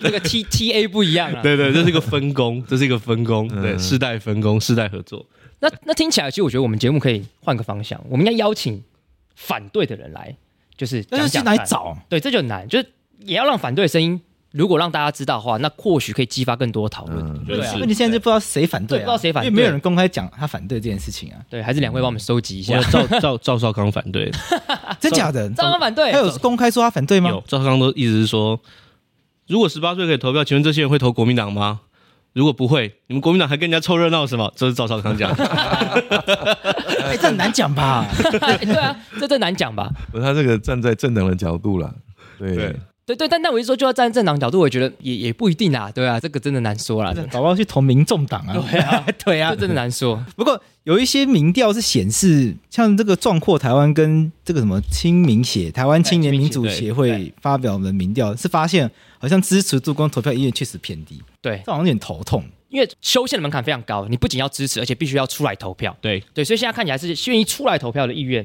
[SPEAKER 2] 这个 T T A 不一样啊。
[SPEAKER 6] 对对，这是一个分工，这是一个分工，对，
[SPEAKER 5] 嗯
[SPEAKER 6] 世代分工，世代合作。
[SPEAKER 2] 那那听起来，其实我觉得我们节目可以换个方向，我们应该邀请反对的人来，就是
[SPEAKER 4] 但
[SPEAKER 2] 讲
[SPEAKER 4] 是去
[SPEAKER 2] 讲
[SPEAKER 4] 哪里
[SPEAKER 2] 看？
[SPEAKER 4] 找？
[SPEAKER 2] 对，这就很难，就是也要让反对的声音，如果让大家知道的话，那或许可以激发更多讨论。
[SPEAKER 5] 嗯
[SPEAKER 6] 就
[SPEAKER 2] 对啊
[SPEAKER 6] 是
[SPEAKER 4] 问题现在就不知道谁反对啊，
[SPEAKER 2] 对不知道谁反对
[SPEAKER 4] 因为没有人公开讲他反对这件事情啊，
[SPEAKER 2] 对，还是两位帮我们收集一
[SPEAKER 6] 我
[SPEAKER 2] 下
[SPEAKER 6] 要。赵赵赵少康反对，
[SPEAKER 4] 真假的？
[SPEAKER 2] 赵刚反对
[SPEAKER 4] 他，有公开说他反对吗？
[SPEAKER 6] 有赵少康都一直是说，如果十八岁可以投票，请问这些人会投国民党吗？如果不会，你们国民党还跟人家凑热闹是吗？这是赵少康讲的。
[SPEAKER 4] 哎，这很难 讲吧？
[SPEAKER 2] 哎对啊，这这难讲吧？
[SPEAKER 5] 不是他这个站在政党的角度啦，对，
[SPEAKER 6] 对
[SPEAKER 2] 对对，但但我一说就要站在政党角度，我觉得也也不一定啊，对啊，这个真的难说啦，
[SPEAKER 4] 搞不好去投民众党啊？ 对啊，对啊
[SPEAKER 2] 这。真的难说。
[SPEAKER 4] 不过有一些民调是显示，像这个壮阔台湾跟这个什么青民协、台湾青年民主
[SPEAKER 2] 哎
[SPEAKER 4] 协会发表的民调，是发现好像支持杜光投票意愿确实偏低，
[SPEAKER 2] 对
[SPEAKER 4] 这，好像有点头痛。
[SPEAKER 2] 因为修宪的门槛非常高，你不仅要支持，而且必须要出来投票。
[SPEAKER 6] 对
[SPEAKER 2] 对，所以现在看起来是愿意出来投票的意愿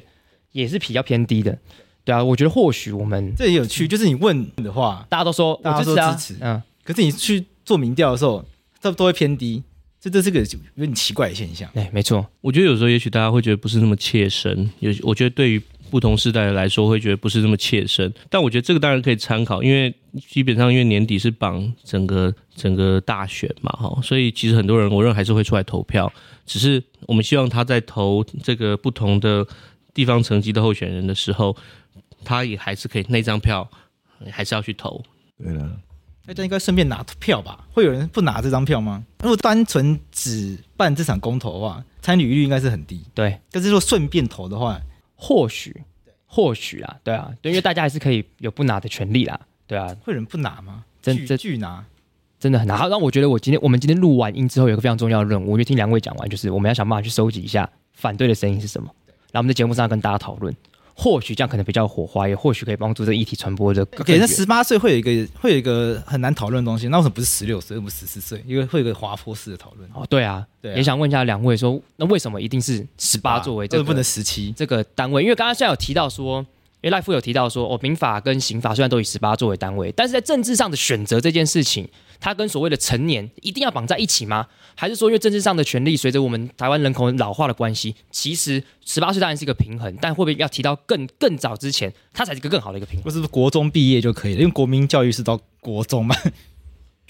[SPEAKER 2] 也是比较偏低的。对啊，我觉得或许我们
[SPEAKER 4] 这也有
[SPEAKER 2] 嗯
[SPEAKER 4] 趣，就是你问的话，
[SPEAKER 2] 大家都说
[SPEAKER 4] 大家
[SPEAKER 2] 我支持
[SPEAKER 4] 都
[SPEAKER 2] 啊，
[SPEAKER 4] 支持
[SPEAKER 2] 嗯，
[SPEAKER 4] 可是你去做民调的时候，这都会偏低，这这是个有点奇怪的现象。
[SPEAKER 2] 对，没错，
[SPEAKER 6] 我觉得有时候也许大家会觉得不是那么切身，有我觉得对于不同世代的来说会觉得不是那么切身，但我觉得这个当然可以参考，因为基本上因为年底是绑整个整个大选嘛，哈，所以其实很多人我认为还是会出来投票，只是我们希望他在投这个不同的地方层级的候选人的时候，他也还是可以那张票还是要去投，
[SPEAKER 5] 对了，
[SPEAKER 4] 大家应该顺便拿票吧？会有人不拿这张票吗？如果单纯只办这场公投的话，参与率应该是很低。
[SPEAKER 2] 对，
[SPEAKER 4] 但是说顺便投的话，
[SPEAKER 2] 或许，或许啊，对啊，对，因为大家还是可以有不拿的权利啦，对啊，
[SPEAKER 4] 会有人不拿吗？
[SPEAKER 2] 真
[SPEAKER 4] 拒
[SPEAKER 2] 真
[SPEAKER 4] 拒拿，
[SPEAKER 2] 真的很难。好那我觉得我今天我们今天录完音之后，有一个非常重要的任务，因为听两位讲完，就是我们要想办法去收集一下反对的声音是什么，然后我们在节目上跟大家讨论，或许这样可能比较有火花，也或许可以帮助这个议题传播的更
[SPEAKER 4] 给
[SPEAKER 2] 远
[SPEAKER 4] 那十八岁会有一个会有一个很难讨论的东西，那为什么不是十六岁，为什么十四岁？因为会有一个滑坡式的讨论。
[SPEAKER 2] 哦，对啊，
[SPEAKER 4] 对啊
[SPEAKER 2] 也想问一下两位说，那为什么一定是十八作为这
[SPEAKER 4] 不能
[SPEAKER 2] 个
[SPEAKER 4] 十七，
[SPEAKER 2] 这个单位？因为刚刚现在有提到说，因为赖夫有提到说，哦，民法跟刑法虽然都以十八作为单位，但是在政治上的选择这件事情，它跟所谓的成年一定要绑在一起吗？还是说，因为政治上的权利随着我们台湾人口老化的关系，其实十八岁当然是一个平衡，但会不会要提到更更早之前，它才是一个更好的一个平
[SPEAKER 3] 或
[SPEAKER 2] 衡？
[SPEAKER 3] 是国中毕业就可以了，因为国民教育是到国中嘛。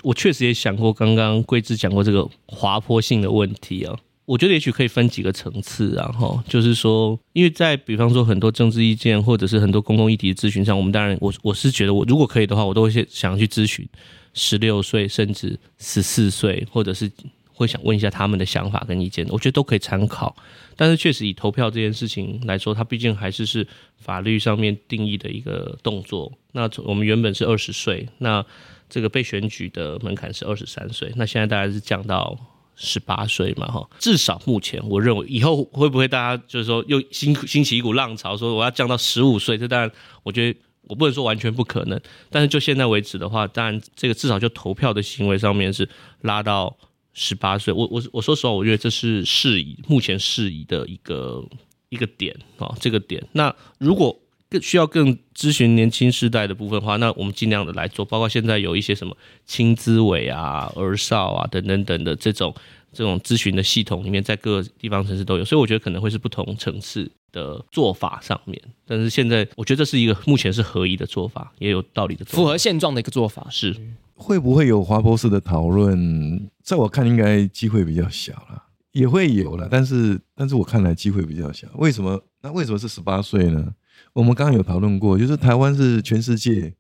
[SPEAKER 6] 我确实也想过刚刚桂枝讲过这个滑坡性的问题啊。我觉得也许可以分几个层次、啊，然后就是说，因为在比方说很多政治意见或者是很多公共议题的咨询上，我们当然我我是觉得我如果可以的话，我都会先想要去咨询十六岁甚至十四岁，或者是会想问一下他们的想法跟意见，我觉得都可以参考。但是确实以投票这件事情来说，它毕竟还是是法律上面定义的一个动作。那从我们原本是二十岁，那这个被选举的门槛是二十三岁，那现在大概是降到十八岁嘛，哈，至少目前我认为以后会不会大家就是说又兴兴起一股浪潮，说我要降到十五岁，这当然我觉得。我不能说完全不可能，但是就现在为止的话，当然这个至少就投票的行为上面是拉到十八岁。我我我说实话，我觉得这是适宜目前适宜的一个一个点啊、哦，这个点。那如果更需要更咨询年轻世代的部分的话，那我们尽量的来做，包括现在有一些什么青资委啊、儿少啊等等等的这种这种咨询的系统里面，在各个地方城市都有，所以我觉得可能会是不同层次的做法上面。但是现在我觉得这是一个目前是合一的做法，也有道理的做
[SPEAKER 2] 符
[SPEAKER 6] 法，
[SPEAKER 2] 合现状的一个做法
[SPEAKER 6] 是
[SPEAKER 5] 会不会有滑坡式的讨论？在我看，应该机会比较小啦，也会有啦，但是但是我看来机会比较小。为什么？那为什么是十八岁呢？我们刚刚有讨论过，就是台湾是全世界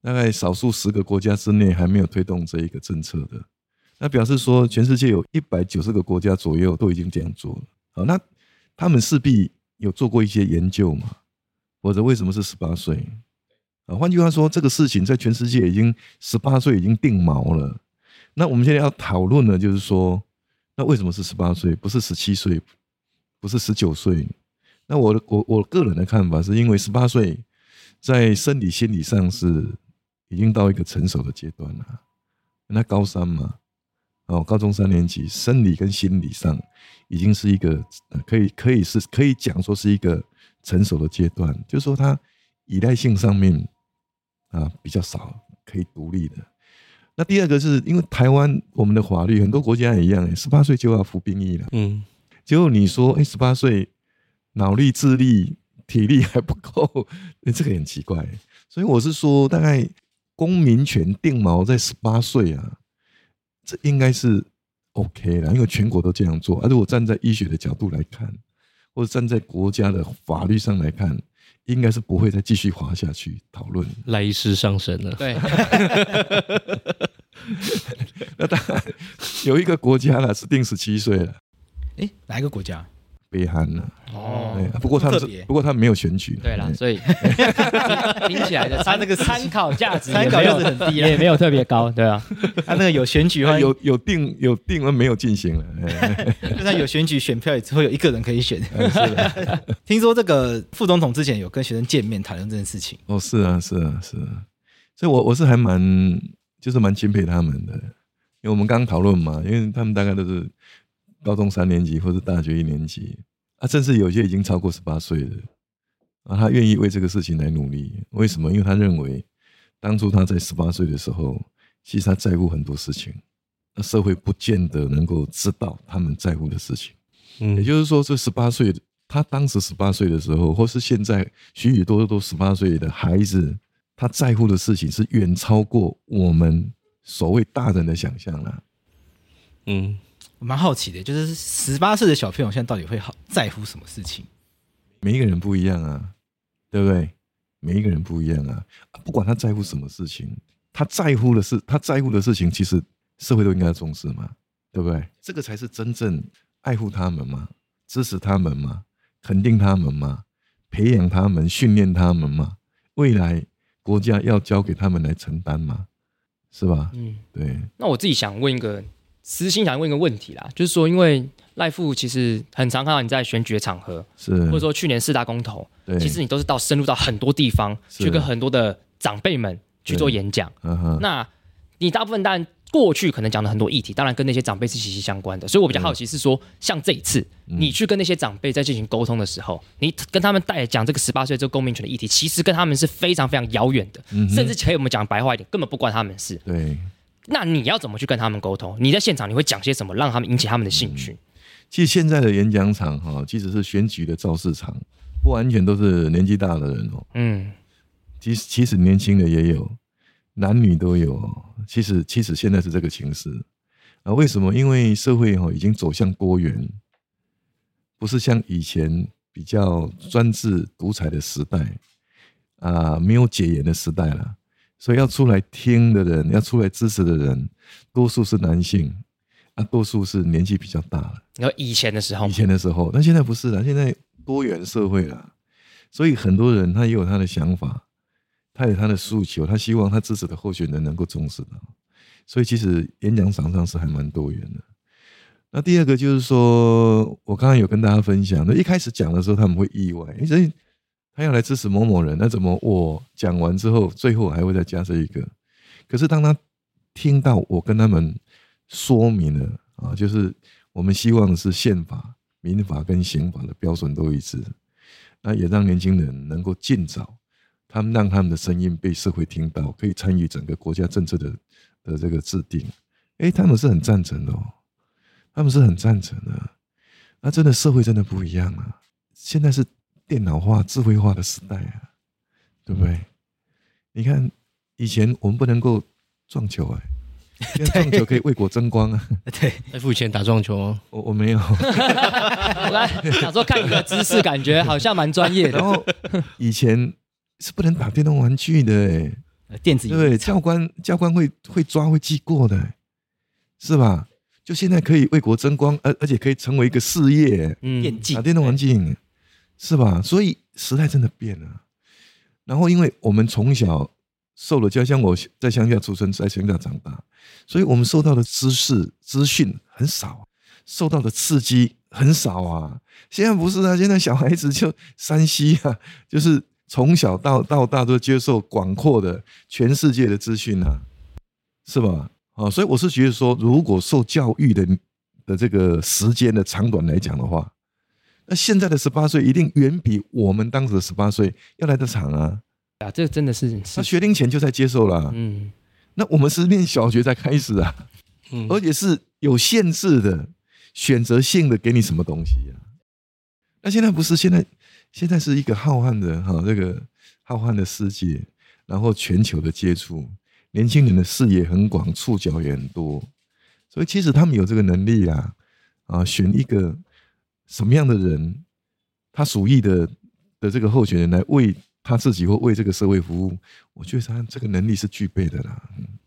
[SPEAKER 5] 大概少数十个国家之内还没有推动这一个政策的。那表示说，全世界有一百九十个国家左右都已经这样做了。好，那他们势必有做过一些研究嘛？否则为什么是十八岁？啊，换句话说，这个事情在全世界已经十八岁已经定锚了。那我们现在要讨论的，就是说，那为什么是十八岁，不是十七岁，不是十九岁？那我的我我个人的看法是，因为十八岁在生理心理上是已经到一个成熟的阶段了。那高三嘛，哦，高中三年级，生理跟心理上已经是一个呃可以可以是可以讲说是一个成熟的阶段，就是说他依赖性上面啊比较少可以独立的。那第二个是因为台湾我们的法律很多国家也一样，十八岁就要服兵役了。
[SPEAKER 6] 嗯，
[SPEAKER 5] 结果你说，哎，十八岁脑力、智力、体力还不够， 诶这个很奇怪。所以我是说，大概公民权定锚在十八岁啊，这应该是 OK 啦，因为全国都这样做。而、啊、如果站在医学的角度来看，或者站在国家的法律上来看，应该是不会再继续滑下去讨论。
[SPEAKER 6] 赖医师上身了，
[SPEAKER 2] 对，
[SPEAKER 5] 那当然有一个国家啦，是定十七岁了，
[SPEAKER 3] 哎，哪一个国家？
[SPEAKER 5] 北韩了。
[SPEAKER 2] 哦
[SPEAKER 5] 对，不过他们
[SPEAKER 3] 特别
[SPEAKER 5] 是不过他们没有选举。
[SPEAKER 2] 对啦，
[SPEAKER 5] 哎
[SPEAKER 2] 所以听起来的参
[SPEAKER 3] 他那个是
[SPEAKER 2] 参考价值
[SPEAKER 3] 参
[SPEAKER 2] 也
[SPEAKER 3] 考
[SPEAKER 2] 没
[SPEAKER 3] 价
[SPEAKER 2] 有
[SPEAKER 3] 值很低啊
[SPEAKER 2] 也没有特别 高，对啊，
[SPEAKER 3] 他那个有选举的话，哦
[SPEAKER 5] 哎有有定有定，而没有进行了。哎
[SPEAKER 3] 就算有选举选票，也只会有一个人可以选。
[SPEAKER 5] 哎是的
[SPEAKER 3] 听说这个副总统之前有跟学生见面讨论这件事情，
[SPEAKER 5] 哦，是啊，是啊，是啊。所以我我是还蛮就是蛮钦佩他们的，因为我们刚刚讨论嘛，因为他们大概都是高中三年级或者大学一年级啊，甚至有些已经超过十八岁了啊，他愿意为这个事情来努力。为什么？因为他认为当初他在十八岁的时候，其实他在乎很多事情，那社会不见得能够知道他们在乎的事情。
[SPEAKER 6] 嗯
[SPEAKER 5] 也就是说，这十八岁，他当时十八岁的时候，或是现在许许多多十八岁的孩子，他在乎的事情是远超过我们所谓大人的想象啦。
[SPEAKER 6] 嗯，
[SPEAKER 3] 我蛮好奇的，就是十八岁的小朋友现在到底会好在乎什么事情？
[SPEAKER 5] 每一个人不一样啊，对不对？每一个人不一样啊，不管他在乎什么事情，他在乎的是他在乎的事情，其实社会都应该重视嘛，对不对？这个才是真正爱护他们嘛，支持他们嘛，肯定他们嘛，培养他们，训练他们嘛，未来国家要交给他们来承担嘛，是吧？
[SPEAKER 2] 嗯。
[SPEAKER 5] 对，
[SPEAKER 2] 那我自己想问一个，私心想问一个问题啦，就是说，因为赖富其实很常看到你在选举的场合，
[SPEAKER 5] 是，
[SPEAKER 2] 或者说去年四大公投，
[SPEAKER 5] 对，
[SPEAKER 2] 其实你都是到深入到很多地方
[SPEAKER 5] 是
[SPEAKER 2] 去跟很多的长辈们去做演讲。
[SPEAKER 5] 嗯哼，
[SPEAKER 2] 那你大部分当然过去可能讲的很多议题，当然跟那些长辈是息息相关的。所以我比较好奇是说，像这一次
[SPEAKER 5] 嗯
[SPEAKER 2] 你去跟那些长辈在进行沟通的时候，你跟他们带讲这个十八岁这个公民权的议题，其实跟他们是非常非常遥远的，
[SPEAKER 5] 嗯
[SPEAKER 2] 甚至可以我们讲白话一点，根本不关他们的事。
[SPEAKER 5] 对，
[SPEAKER 2] 那你要怎么去跟他们沟通？你在现场你会讲些什么，让他们引起他们的兴趣？
[SPEAKER 5] 其实现在的演讲场哈，即使是选举的造势场，不完全都是年纪大的人哦，
[SPEAKER 2] 嗯，
[SPEAKER 5] 其实其实年轻的也有，男女都有哦。其实其实现在是这个情势啊，为什么？因为社会哈、已经走向多元，不是像以前比较专制独裁的时代啊，没有解严的时代了。所以要出来听的人，要出来支持的人，多数是男性，啊，多数是年纪比较大了。
[SPEAKER 2] 你说以前的时候
[SPEAKER 5] 以，前的时候，但现在不是了，现在多元社会了，所以很多人他也有他的想法，他有他的诉求，他希望他支持的候选人能够重视到，所以其实演讲场上是还蛮多元的。那第二个就是说，我刚刚有跟大家分享，那一开始讲的时候他们会意外，诶所以他要来支持某某人，那怎么我讲完之后，最后还会再加这一个？可是当他听到我跟他们说明了啊，就是我们希望是宪法、民法跟刑法的标准都一致，那也让年轻人能够尽早，他们让他们的声音被社会听到，可以参与整个国家政策的的这个制定。诶，他们是很赞成的哦，他们是很赞成的。那真的社会真的不一样啊！现在是电脑化、智慧化的时代啊，对不对？你看以前我们不能够撞球哎、现在撞球可以为国争光啊！
[SPEAKER 3] 对，
[SPEAKER 6] 那付以前打撞球吗？
[SPEAKER 5] 我我没有，
[SPEAKER 2] 我来想说看你的姿势，感觉好像蛮专业
[SPEAKER 5] 然
[SPEAKER 2] 的。
[SPEAKER 5] 后以前是不能打电动玩具的、欸，
[SPEAKER 3] 呃电子
[SPEAKER 5] 对
[SPEAKER 3] 游
[SPEAKER 5] 不对？教官教官会会抓会记过的、欸是吧？就现在可以为国争光，而而且可以成为一个事业、欸
[SPEAKER 2] 嗯
[SPEAKER 3] 电，竞
[SPEAKER 5] 打电动玩具，是吧？所以时代真的变了。然后，因为我们从小受了教，像我在乡下出生，在乡下长大，所以我们受到的知识、资讯很少，啊受到的刺激很少啊。现在不是啊，现在小孩子就山西啊，就是从小到到大都接受广阔的全世界的资讯啊，是吧？啊，所以我是觉得说，如果受教育的的这个时间的长短来讲的话，那现在的十八岁一定远比我们当时的十八岁要来的长啊！
[SPEAKER 2] 啊，这真的是
[SPEAKER 5] 他学龄前就在接受了啊、
[SPEAKER 2] 嗯，
[SPEAKER 5] 那我们是念小学才开始啊，
[SPEAKER 6] 嗯，
[SPEAKER 5] 而且是有限制的、选择性的给你什么东西啊？那现在不是现在，现在是一个浩瀚的哈、这个浩瀚的世界，然后全球的接触，年轻人的视野很广，触角也很多，所以其实他们有这个能力啊，啊，选一个什么样的人，他属意的的这个候选人来为他自己或为这个社会服务，我觉得他这个能力是具备的啦。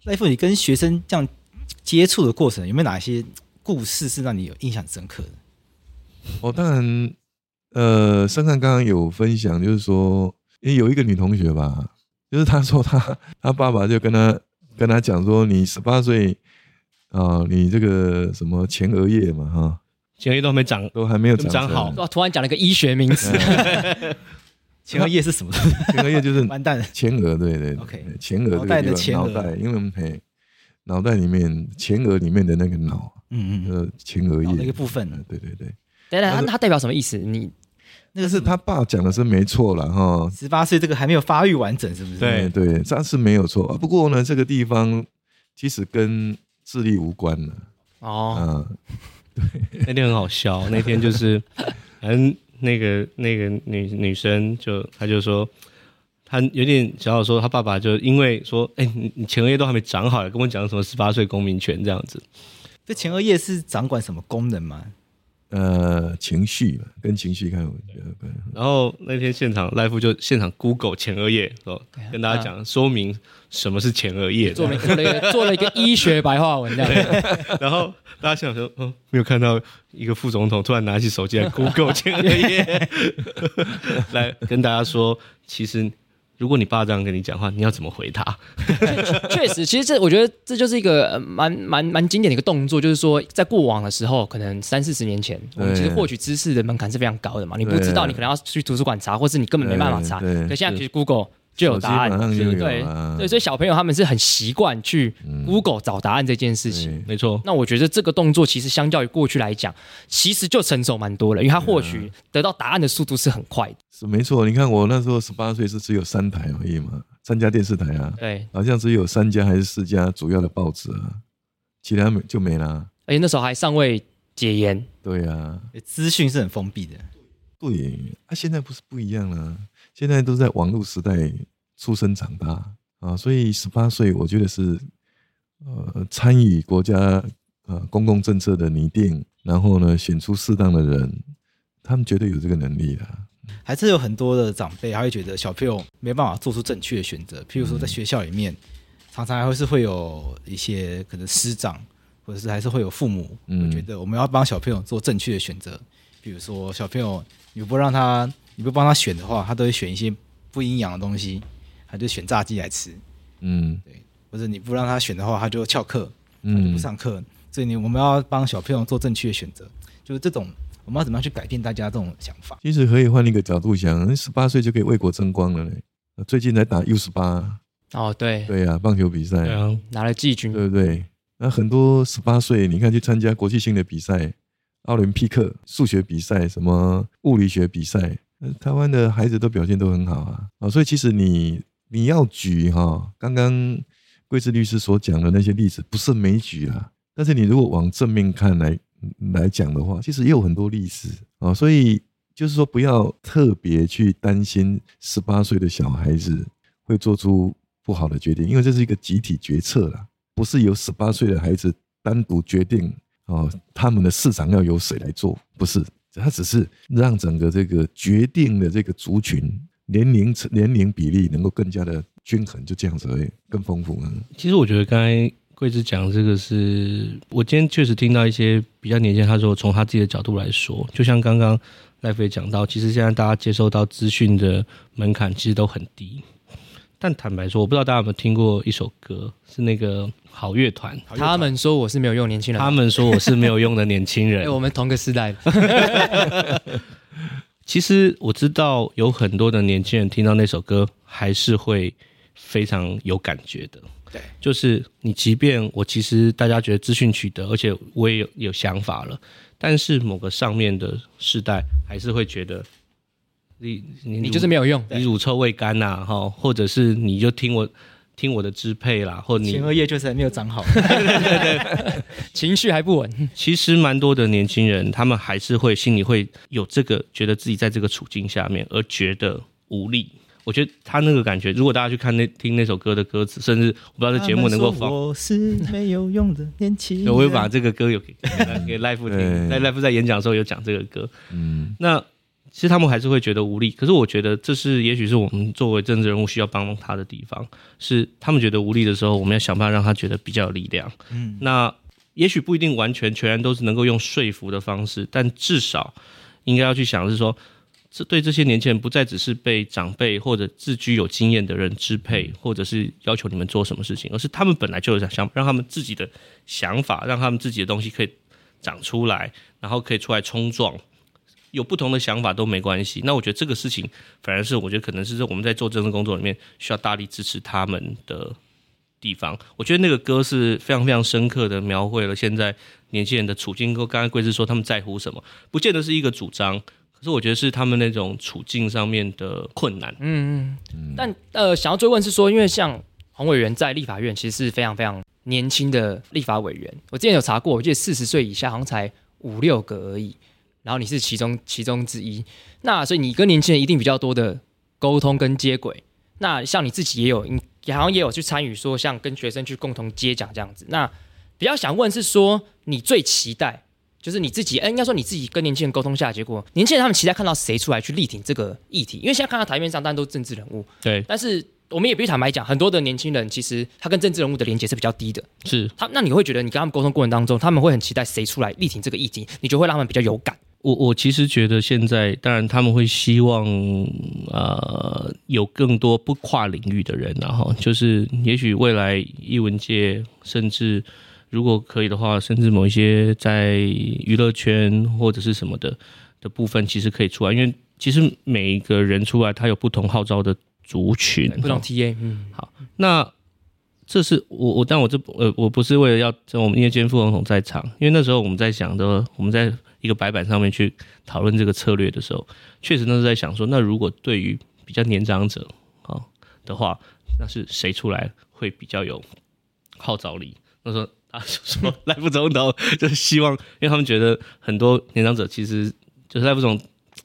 [SPEAKER 3] 那一副你跟学生这样接触的过程，有没有哪些故事是让你有印象深刻的？
[SPEAKER 5] 哦，当然，呃，珊珊刚刚有分享，就是说，因为有一个女同学吧，就是她说她 她爸爸就跟她跟她讲说，你十八岁啊，你这个什么前额叶嘛哈，
[SPEAKER 6] 前额叶都还没长，
[SPEAKER 5] 都还没有长
[SPEAKER 6] 长好
[SPEAKER 5] 成
[SPEAKER 2] 嗯哇，突然讲了个医学名 词，
[SPEAKER 3] 前额叶是什么？
[SPEAKER 5] 前额叶就是
[SPEAKER 3] 完蛋了，
[SPEAKER 5] 前额，对对对
[SPEAKER 3] OK
[SPEAKER 5] 前额
[SPEAKER 3] 脑
[SPEAKER 5] 这
[SPEAKER 3] 袋
[SPEAKER 5] 个
[SPEAKER 3] 的
[SPEAKER 5] 地
[SPEAKER 3] 前
[SPEAKER 5] 方，
[SPEAKER 3] 额
[SPEAKER 5] 脑袋，因为我们嘿，脑袋里面前额里面的那个脑，
[SPEAKER 3] 嗯嗯，
[SPEAKER 5] 呃，前额
[SPEAKER 3] 嗯，
[SPEAKER 5] 叶
[SPEAKER 3] 好那个部分
[SPEAKER 5] 呃，对对对，
[SPEAKER 2] 等等，他他代表什么意思？你
[SPEAKER 3] 那
[SPEAKER 5] 但
[SPEAKER 3] 个
[SPEAKER 5] 是他爸讲的是没错了哈，
[SPEAKER 3] 十八岁这个还没有发育完整，是不是？
[SPEAKER 6] 对
[SPEAKER 5] 哎对，这样是没有错。啊不过呢，这个地方其实跟智力无关了啊、
[SPEAKER 2] 哦，
[SPEAKER 6] 那天很好笑，那天 就是，反正那个那个女女生就她就说，她有点小小说，她爸爸就因为说，哎、你你前额叶都还没长好，跟我讲什么十八岁公民权这样子，
[SPEAKER 3] 这前额叶是掌管什么功能吗？
[SPEAKER 5] 呃，情绪了，跟情绪看有呃关。
[SPEAKER 6] 然后那天现场赖夫就现场 Google 前额叶，哦，跟大家讲、说明什么是前额叶，
[SPEAKER 2] 做了做了一个做了一个医学白话文这样，
[SPEAKER 6] 然后大家现场说，嗯，没有看到一个副总统突然拿起手机来 Google 前额叶，来 跟大家说，其实如果你爸这样跟你讲话，你要怎么回他？
[SPEAKER 2] 确实，其实这我觉得这就是一个呃蛮蛮蛮经典的一个动作，就是说在过往的时候，可能三四十年前，我们其实获取知识的门槛是非常高的嘛，你不知道，
[SPEAKER 5] 对
[SPEAKER 2] 你可能要去图书馆查，或是你根本没办法查。
[SPEAKER 5] 对对
[SPEAKER 2] 可现在其实 Google 就有答案
[SPEAKER 5] 手机马上就有
[SPEAKER 2] 对
[SPEAKER 5] 了
[SPEAKER 2] 对，所以小朋友他们是很习惯去
[SPEAKER 5] 嗯
[SPEAKER 2] Google 找答案这件事情。
[SPEAKER 5] 对
[SPEAKER 6] 没错，
[SPEAKER 2] 那我觉得这个动作其实相较于过去来讲，其实就成熟蛮多了，因为他获
[SPEAKER 5] 嗯
[SPEAKER 2] 取得到答案的速度是很快的。
[SPEAKER 5] 是没错。你看我那时候十八岁是只有三台而已嘛，三家电视台啊，
[SPEAKER 2] 对，
[SPEAKER 5] 好像只有三家还是四家主要的报纸啊，其他没就没啦。
[SPEAKER 2] 而且那时候还尚未解严，
[SPEAKER 5] 对啊，
[SPEAKER 3] 资讯是很封闭的，
[SPEAKER 5] 对，啊，现在不是不一样了，现在都在网络时代出生长大啊，所以十八岁我觉得是呃参与国家呃公共政策的拟定，然后呢选出适当的人，他们绝对有这个能力的。
[SPEAKER 3] 还是有很多的长辈他会觉得小朋友没办法做出正确的选择，譬如说在学校里面，常常还会是会有一些可能师长或者是还是会有父母，
[SPEAKER 5] 嗯
[SPEAKER 3] 我觉得我们要帮小朋友做正确的选择，比如说小朋友你不让他你不帮他选的话，他都会选一些不营养的东西，他就选炸鸡来吃，
[SPEAKER 5] 嗯
[SPEAKER 3] 或者你不让他选的话，他就翘课，他就
[SPEAKER 5] 嗯
[SPEAKER 3] 不，上课，所以你我们要帮小朋友做正确的选择，就是这种我们要怎么样去改变大家这种想法？
[SPEAKER 5] 其实可以换一个角度想，十八岁就可以为国争光了嘞。呃最近才打 U 十八，
[SPEAKER 2] 哦，对，
[SPEAKER 5] 对啊，棒球比赛，
[SPEAKER 6] 对啊，
[SPEAKER 2] 拿了季军，
[SPEAKER 5] 对不对？那很多十八岁，你看去参加国际性的比赛，奥林匹克数学比赛、什么物理学比赛，呃台湾的孩子都表现都很好啊啊！所以其实你你要举哈、刚刚桂枝律师所讲的那些例子，不是没举啊。但是你如果往正面看来来讲的话，其实也有很多例子啊，所以就是说不要特别去担心十八岁的小孩子会做出不好的决定，因为这是一个集体决策啦。不是由十八岁的孩子单独决定哦，他们的市长要由谁来做，不是，他只是让整个这个决定的这个族群年龄年龄比例能够更加的均衡，就这样子而已，更丰富啊。
[SPEAKER 6] 其实我觉得刚才桂枝讲这个是，我今天确实听到一些比较年轻人，他说从他自己的角度来说，就像刚刚赖飞讲到，其实现在大家接受到资讯的门槛其实都很低。但坦白说，我不知道大家有没有听过一首歌，是那个好乐团，
[SPEAKER 2] 他们说我是没有用年轻人，
[SPEAKER 6] 他们说我是没有用的年轻人
[SPEAKER 2] 哎，。我们同个时 代的，
[SPEAKER 6] 其实我知道有很多的年轻人听到那首歌，还是会非常有感觉的。
[SPEAKER 3] 对，
[SPEAKER 6] 就是你，即便我其实大家觉得资讯取得，而且我也有有想法了，但是某个上面的世代还是会觉得你你
[SPEAKER 2] 你就是没有用，
[SPEAKER 6] 你乳臭未干呐、哈，或者是你就听我听我的支配啦，或你
[SPEAKER 3] 前额叶就是还没有长好，
[SPEAKER 2] 情绪还不稳，
[SPEAKER 6] 其实蛮多的年轻人，他们还是会心里会有这个觉得自己在这个处境下面而觉得无力。我觉得他那个感觉，如果大家去看那听那首歌的歌词，甚至我不知道这节目
[SPEAKER 4] 啊
[SPEAKER 6] 能够
[SPEAKER 3] 他们
[SPEAKER 6] 放，
[SPEAKER 3] 说我是没有用的年轻
[SPEAKER 6] 对
[SPEAKER 3] 人。
[SPEAKER 6] 我会把这个歌有给给赖夫听，
[SPEAKER 5] 对
[SPEAKER 6] 在赖夫在演讲的时候有讲这个歌。
[SPEAKER 5] 嗯
[SPEAKER 6] 那其实他们还是会觉得无力，可是我觉得这是也许是我们作为政治人物需要帮他的地方，是他们觉得无力的时候，我们要想办法让他觉得比较有力量。嗯，那也许不一定完全全然都是能够用说服的方式，但至少应该要去想的是说。这对这些年轻人不再只是被长辈或者自居有经验的人支
[SPEAKER 5] 嗯
[SPEAKER 6] 配，或者是要求你们做什么事情，而是他们本来就有想想让他们自己的想法，让他们自己的东西可以长出来，然后可以出来冲撞，有不同的想法都没关系。那我觉得这个事情反而是我觉得可能是我们在做政治工作里面需要大力支持他们的地方。我觉得那个歌是非常非常深刻的描绘了现在年轻人的处境。跟刚才桂枝说他们在乎什么，不见得是一个主张，可是我觉得是他们那种处境上面的困难。
[SPEAKER 2] 嗯嗯
[SPEAKER 5] 嗯。
[SPEAKER 2] 但呃，想要追问是说，因为像黄委员在立法院其实是非常非常年轻的立法委员，我之前有查过，我记得四十岁以下好像才五六个而已，然后你是其中其中之一，那所以你跟年轻人一定比较多的沟通跟接轨。那像你自己也有，你也好像也有去参与说，像跟学生去共同接讲这样子。那比较想问是说，你最期待就是你自己，哎、应该说你自己跟年轻人沟通下的结果，年轻人他们期待看到谁出来去力挺这个议题？因为现在看到台面上，当然都是政治人物，
[SPEAKER 6] 对，
[SPEAKER 2] 但是我们也必须坦白讲，很多的年轻人其实他跟政治人物的连接是比较低的。
[SPEAKER 6] 是
[SPEAKER 2] 他那你会觉得你跟他们沟通过程当中，他们会很期待谁出来力挺这个议题，你就会让他们比较有感。
[SPEAKER 6] 我我其实觉得现在，当然他们会希望呃有更多不跨领域的人、然后就是也许未来艺文界，甚至如果可以的话，甚至某一些在娱乐圈或者是什么的的部分，其实可以出来，因为其实每一个人出来，他有不同号召的族群。
[SPEAKER 2] 不懂 TA，嗯，
[SPEAKER 6] 那这是我我，但我这呃，我不是为了要这我们因为今天副总统在场，因为那时候我们在想的，我们在一个白板上面去讨论这个策略的时候，确实那是在想说，那如果对于比较年长者啊、哦的话，那是谁出来会比较有号召力？那时候他就说赖副总统就是希望，因为他们觉得很多年长者其实就是赖副总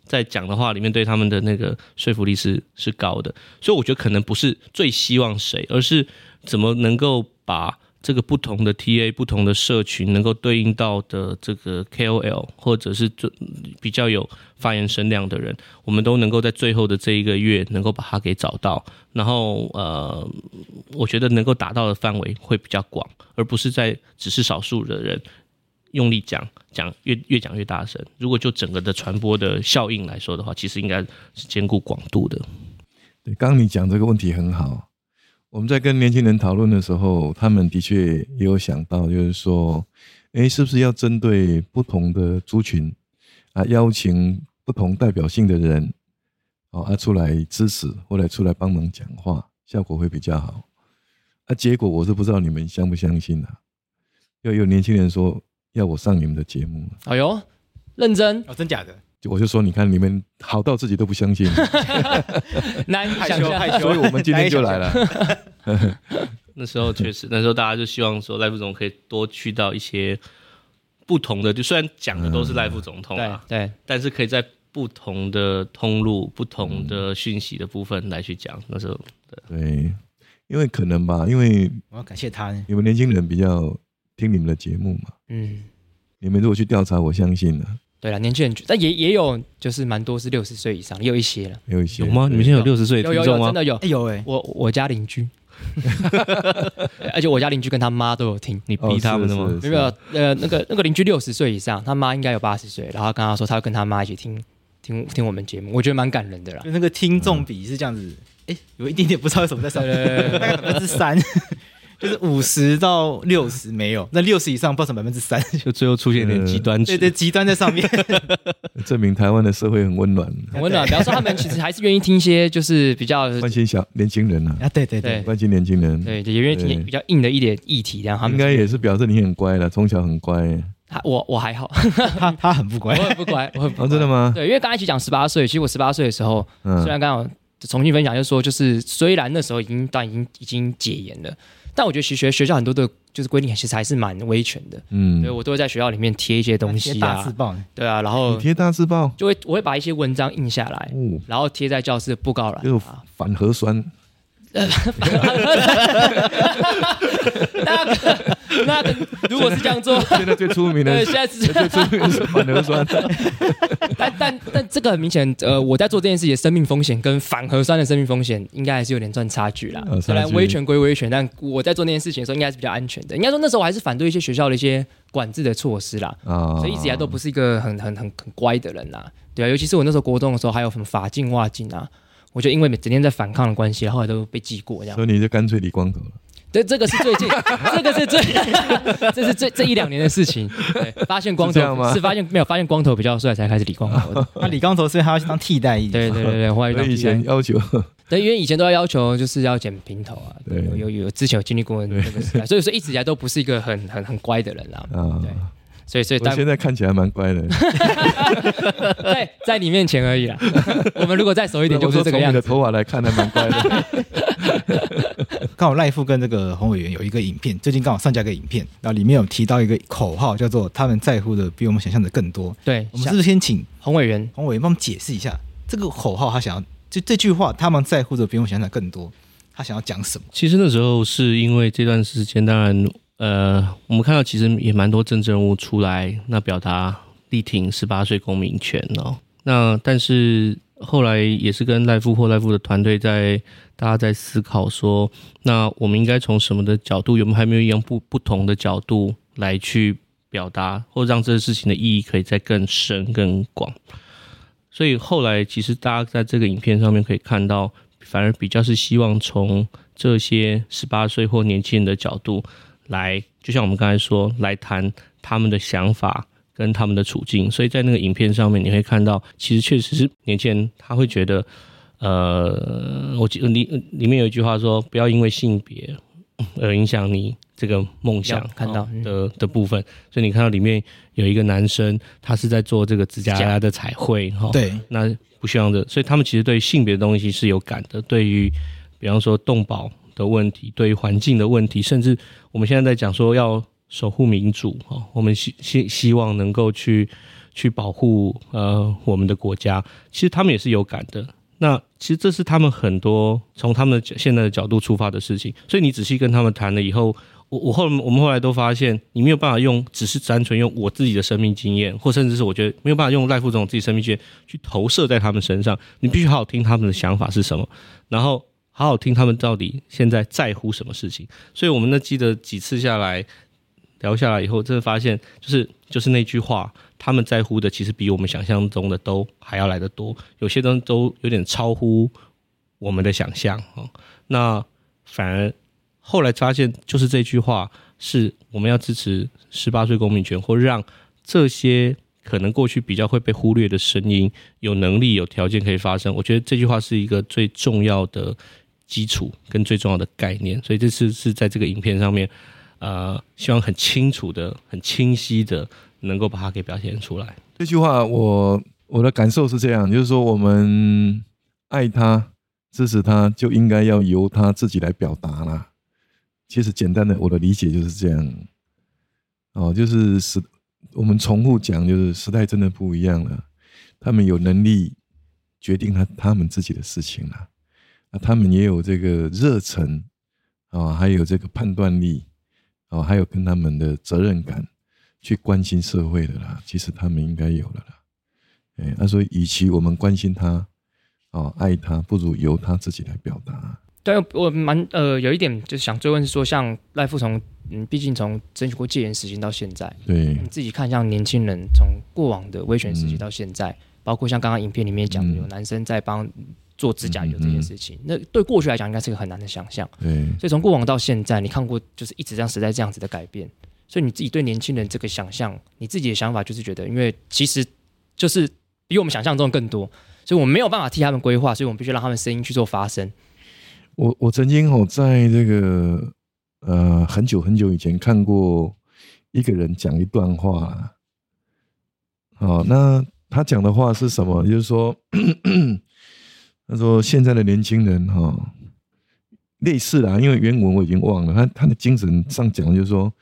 [SPEAKER 6] 在讲的话里面对他们的那个说服力是是高的，所以我觉得可能不是最希望谁，而是怎么能够把这个不同的 TA、不同的社群能够对应到的这个 KOL 或者是最比较有发言声量的人，我们都能够在最后的这一个月能够把它给找到，然后呃，我觉得能够达到的范围会比较广，而不是在只是少数的人用力讲讲越越讲越大声。如果就整个的传播的效应来说的话，其实应该是兼顾广度的。
[SPEAKER 5] 对，刚刚你讲这个问题很好。我们在跟年轻人讨论的时候，他们的确也有想到，就是说，诶，是不是要针对不同的族群啊，邀请不同代表性的人，哦啊出来支持或者出来帮忙讲话，效果会比较好。啊，结果我是不知道你们相不相信啊，又有年轻人说要我上你们的节目，
[SPEAKER 2] 哎呦，认真，
[SPEAKER 3] 哦，真假的？
[SPEAKER 5] 就我就说，你看你们好到自己都不相信。
[SPEAKER 2] 难以
[SPEAKER 3] 害
[SPEAKER 2] 想
[SPEAKER 3] 羞
[SPEAKER 2] 象，
[SPEAKER 3] 害羞，
[SPEAKER 5] 所以我们今天就来了。
[SPEAKER 6] 那时候确实，那时候大家就希望说赖副总可以多去到一些不同的，就虽然讲的都是赖副总统
[SPEAKER 2] 对
[SPEAKER 6] 啊，
[SPEAKER 2] 嗯对，
[SPEAKER 6] 但是可以在不同的通路、不同的讯息的部分来去讲。那时候
[SPEAKER 5] 对，因为可能吧，因为
[SPEAKER 4] 我要感谢他哎呢。
[SPEAKER 5] 你们年轻人比较听你们的节目嘛，
[SPEAKER 2] 嗯，
[SPEAKER 5] 你们如果去调查，我相信啊，
[SPEAKER 2] 对了，年轻人，但也也有就是蛮多是六十岁以上，也有一些了，
[SPEAKER 5] 有一些
[SPEAKER 6] 有吗？你们现在有六十岁的
[SPEAKER 2] 有有
[SPEAKER 6] 听
[SPEAKER 2] 有
[SPEAKER 6] 众，吗
[SPEAKER 2] 真？的有，
[SPEAKER 4] 哎呦喂，
[SPEAKER 2] 我我家邻居， 而且我家邻居跟他妈都有听。
[SPEAKER 6] 你逼他们的
[SPEAKER 5] 哦
[SPEAKER 6] 吗？
[SPEAKER 2] 没有，呃，那个那个邻居六十岁以上，他妈应该有八十岁，然后跟他说他要跟他妈一起听听听我们节目，我觉得蛮感人的啦。
[SPEAKER 4] 就那个听众比是这样子，哎，有一点点不知道为什么在上面，大概百分之三， 就是五十到六十没有，那六十以上不知道什么百分之三，
[SPEAKER 6] 就最后出现一点极端值
[SPEAKER 4] 对。对，极端在上面。
[SPEAKER 5] 证明台湾的社会很温暖，
[SPEAKER 2] 很 温暖。比方说，他们其实还是愿意听一些就是比较
[SPEAKER 5] 关心小年轻人啊，
[SPEAKER 4] 啊，对对
[SPEAKER 2] 对
[SPEAKER 4] 对，
[SPEAKER 5] 关心年轻人，
[SPEAKER 2] 对，也愿意听
[SPEAKER 5] 对
[SPEAKER 2] 比较硬的一点议题，这样他
[SPEAKER 5] 应
[SPEAKER 2] 们
[SPEAKER 5] 该也是表示你很乖了，从小很乖。哦
[SPEAKER 2] 他我我还好，
[SPEAKER 4] 他他很不
[SPEAKER 2] 我
[SPEAKER 4] 乖，
[SPEAKER 2] 很不乖，我很不
[SPEAKER 5] 哦，真的
[SPEAKER 2] 吗？
[SPEAKER 5] 吗？
[SPEAKER 2] 对，因为刚才一起讲十八岁，其实我十八岁的时候，
[SPEAKER 5] 嗯
[SPEAKER 2] 虽，然刚好重新分享，就是说，就是虽然那时候已经但已经已经解严了，但我觉得其实学学校很多的就是规定其实还是蛮威权的，
[SPEAKER 5] 嗯
[SPEAKER 2] 对，我都会在学校里面贴一些东
[SPEAKER 4] 写
[SPEAKER 2] 西
[SPEAKER 4] 大字
[SPEAKER 2] 啊，
[SPEAKER 4] 报呢，
[SPEAKER 2] 对啊，然
[SPEAKER 5] 你
[SPEAKER 2] 后
[SPEAKER 5] 贴大字报，
[SPEAKER 2] 就会我会把一些文章印下来，
[SPEAKER 5] 哦，
[SPEAKER 2] 然后贴在教室的布告栏
[SPEAKER 5] 就是
[SPEAKER 2] 啊，
[SPEAKER 5] 反核酸，
[SPEAKER 2] 那个那个如果是这样做。
[SPEAKER 5] 现在最出名的
[SPEAKER 2] 对，
[SPEAKER 5] 是
[SPEAKER 2] 现在是
[SPEAKER 5] 最出名的 是反 核酸，
[SPEAKER 2] 但但但这个很明显，呃，我在做这件事情的生命风险跟反核酸的生命风险，应该还是有点算差距啦
[SPEAKER 5] 呃有差。距
[SPEAKER 2] 虽然威权归威权，但我在做那件事情的时候，应该是比较安全的。应该说那时候我还是反对一些学校的一些管制的措施啦，
[SPEAKER 5] 啊，
[SPEAKER 2] 所以一直以来都不是一个很很很很乖的人啦。对啊，尤其是我那时候国中的时候，还有什么法禁、袜禁啊。我就因为整天在反抗的关系，然后后来都被记过这样
[SPEAKER 5] 所。以你就干脆理光头了。
[SPEAKER 2] 对，这个是最近， 这个是最，这是这这一两年的事情。对，发现光
[SPEAKER 5] 是这样
[SPEAKER 2] 头
[SPEAKER 5] 吗
[SPEAKER 2] 是发现没有发现光头比较帅，才开始理光头的。
[SPEAKER 4] 那李刚头所以他要去当替代役，
[SPEAKER 2] 对对对对，后来遇到
[SPEAKER 5] 所以以
[SPEAKER 2] PI
[SPEAKER 5] 前要求 啊
[SPEAKER 2] 对，因为以前都要要求就是要剪平头啊，
[SPEAKER 5] 对，
[SPEAKER 2] 有有有之前有经历过那个时代，所以说一直以来都不是一个很很很乖的人啦
[SPEAKER 5] 啊，
[SPEAKER 2] 对所以所以
[SPEAKER 5] 我
[SPEAKER 2] 当
[SPEAKER 5] 现在看起来蛮乖的，
[SPEAKER 2] 在在你面前而 已啦。我们如果再熟一点，就
[SPEAKER 5] 我
[SPEAKER 2] 不是
[SPEAKER 5] 说
[SPEAKER 2] 这个
[SPEAKER 5] 从你
[SPEAKER 2] 样
[SPEAKER 5] 的
[SPEAKER 2] 子。
[SPEAKER 5] 头发来看，还蛮乖的。
[SPEAKER 4] 刚好赖副跟这个洪委员有一个影片，最近刚好上架一个影片，然后里面有提到一个口号，叫做“他们在乎的比我们想象的更多
[SPEAKER 2] 对”。，
[SPEAKER 4] 我们
[SPEAKER 2] 像
[SPEAKER 4] 是不是先请
[SPEAKER 2] 洪委员，
[SPEAKER 4] 洪委员帮我们解释一下这个口号？他想要就这句话，他们在乎的比我们想象的更多，他想要讲什么？
[SPEAKER 6] 其实那时候是因为这段时间，当然，呃，我们看到其实也蛮多政治人物出来，那表达力挺十八岁公民权哦。那但是后来也是跟赖夫或赖夫的团队在大家在思考说，那我们应该从什么的角度，有没有还没有一样不不同的角度来去表达，或让这个事情的意义可以再更深更广。所以后来其实大家在这个影片上面可以看到，反而比较是希望从这些十八岁或年轻人的角度来，就像我们刚才说，来谈他们的想法跟他们的处境。所以在那个影片上面，你会看到，其实确实是年轻人他会觉得，呃，我记里里面有一句话说，不要因为性别而影响你这个梦 想
[SPEAKER 2] 有看到嗯
[SPEAKER 6] 的的部分。所以你看到里面有一个男生，他是在做这个指
[SPEAKER 2] 指甲
[SPEAKER 6] 甲的彩绘
[SPEAKER 2] 哦
[SPEAKER 6] 哈，
[SPEAKER 3] 对，
[SPEAKER 6] 那不需要的，所以他们其实对性别的东西是有感的，对于比方说动保的问题，对于环境的问题，甚至我们现在在讲说要守护民主哦，我们希希希望能够去去保护呃我们的国家，其实他们也是有感的。那其实这是他们很多从他们的角现在的角度出发的事情，所以你仔细跟他们谈了以后，我我后我们后来都发现，你没有办法用只是单纯用我自己的生命经验，或甚至是我觉得没有办法用赖副总自己生命经验去投射在他们身上，你必须好好听他们的想法是什么，然后好好听他们到底现在在乎什么事情。所以我们那记得几次下来聊下来以后，真的发现就是就是那句话，他们在乎的其实比我们想象中的都还要来得多，有些东西都有点超乎我们的想象哦。那反而后来发现，就是这句话是我们要支持十八岁公民权，或让这些可能过去比较会被忽略的声音，有能力、有条件可以发生。我觉得这句话是一个最重要的基础跟最重要的概念，所以这次是在这个影片上面，呃，希望很清楚的、很清晰的能够把它给表现出来。
[SPEAKER 5] 这句话我我的感受是这样，就是说我们爱他、支持他，就应该要由他自己来表达啦。其实简单的我的理解就是这样，哦，就是时我们重复讲，就是时代真的不一样了，他们有能力决定他他们自己的事情了，那他们也有这个热忱啊、哦还有这个判断力啊、哦还有跟他们的责任感。去关心社会的啦，其实他们应该有的啦。哎，他、说，与其我们关心他，哦，爱他，不如由他自己来表达。
[SPEAKER 2] 对，我蛮呃有一点就是想追问是说，像赖富从嗯，毕竟从争取过戒严时期到现在，
[SPEAKER 5] 对，
[SPEAKER 2] 你自己看像年轻人从过往的威权时期到现在，包括像刚刚影片里面讲的，
[SPEAKER 5] 嗯
[SPEAKER 2] 有男生在帮做指甲油
[SPEAKER 5] 嗯嗯
[SPEAKER 2] 这件事情，那对过去来讲应该是个很难的想象。
[SPEAKER 5] 对，
[SPEAKER 2] 所以从过往到现在，你看过就是一直这样时代这样子的改变，所以你自己对年轻人这个想象，你自己的想法就是觉得，因为其实就是比我们想象中的更多，所以我们没有办法替他们规划，所以我们必须让他们声音去做发声。
[SPEAKER 5] 我我曾经哦，在这个呃很久很久以前看过一个人讲一段话啦，哦，那他讲的话是什么？就是说， 他说现在的年轻人哈、哦，类似啦，因为原文我已经忘了，他他的精神上讲就是说，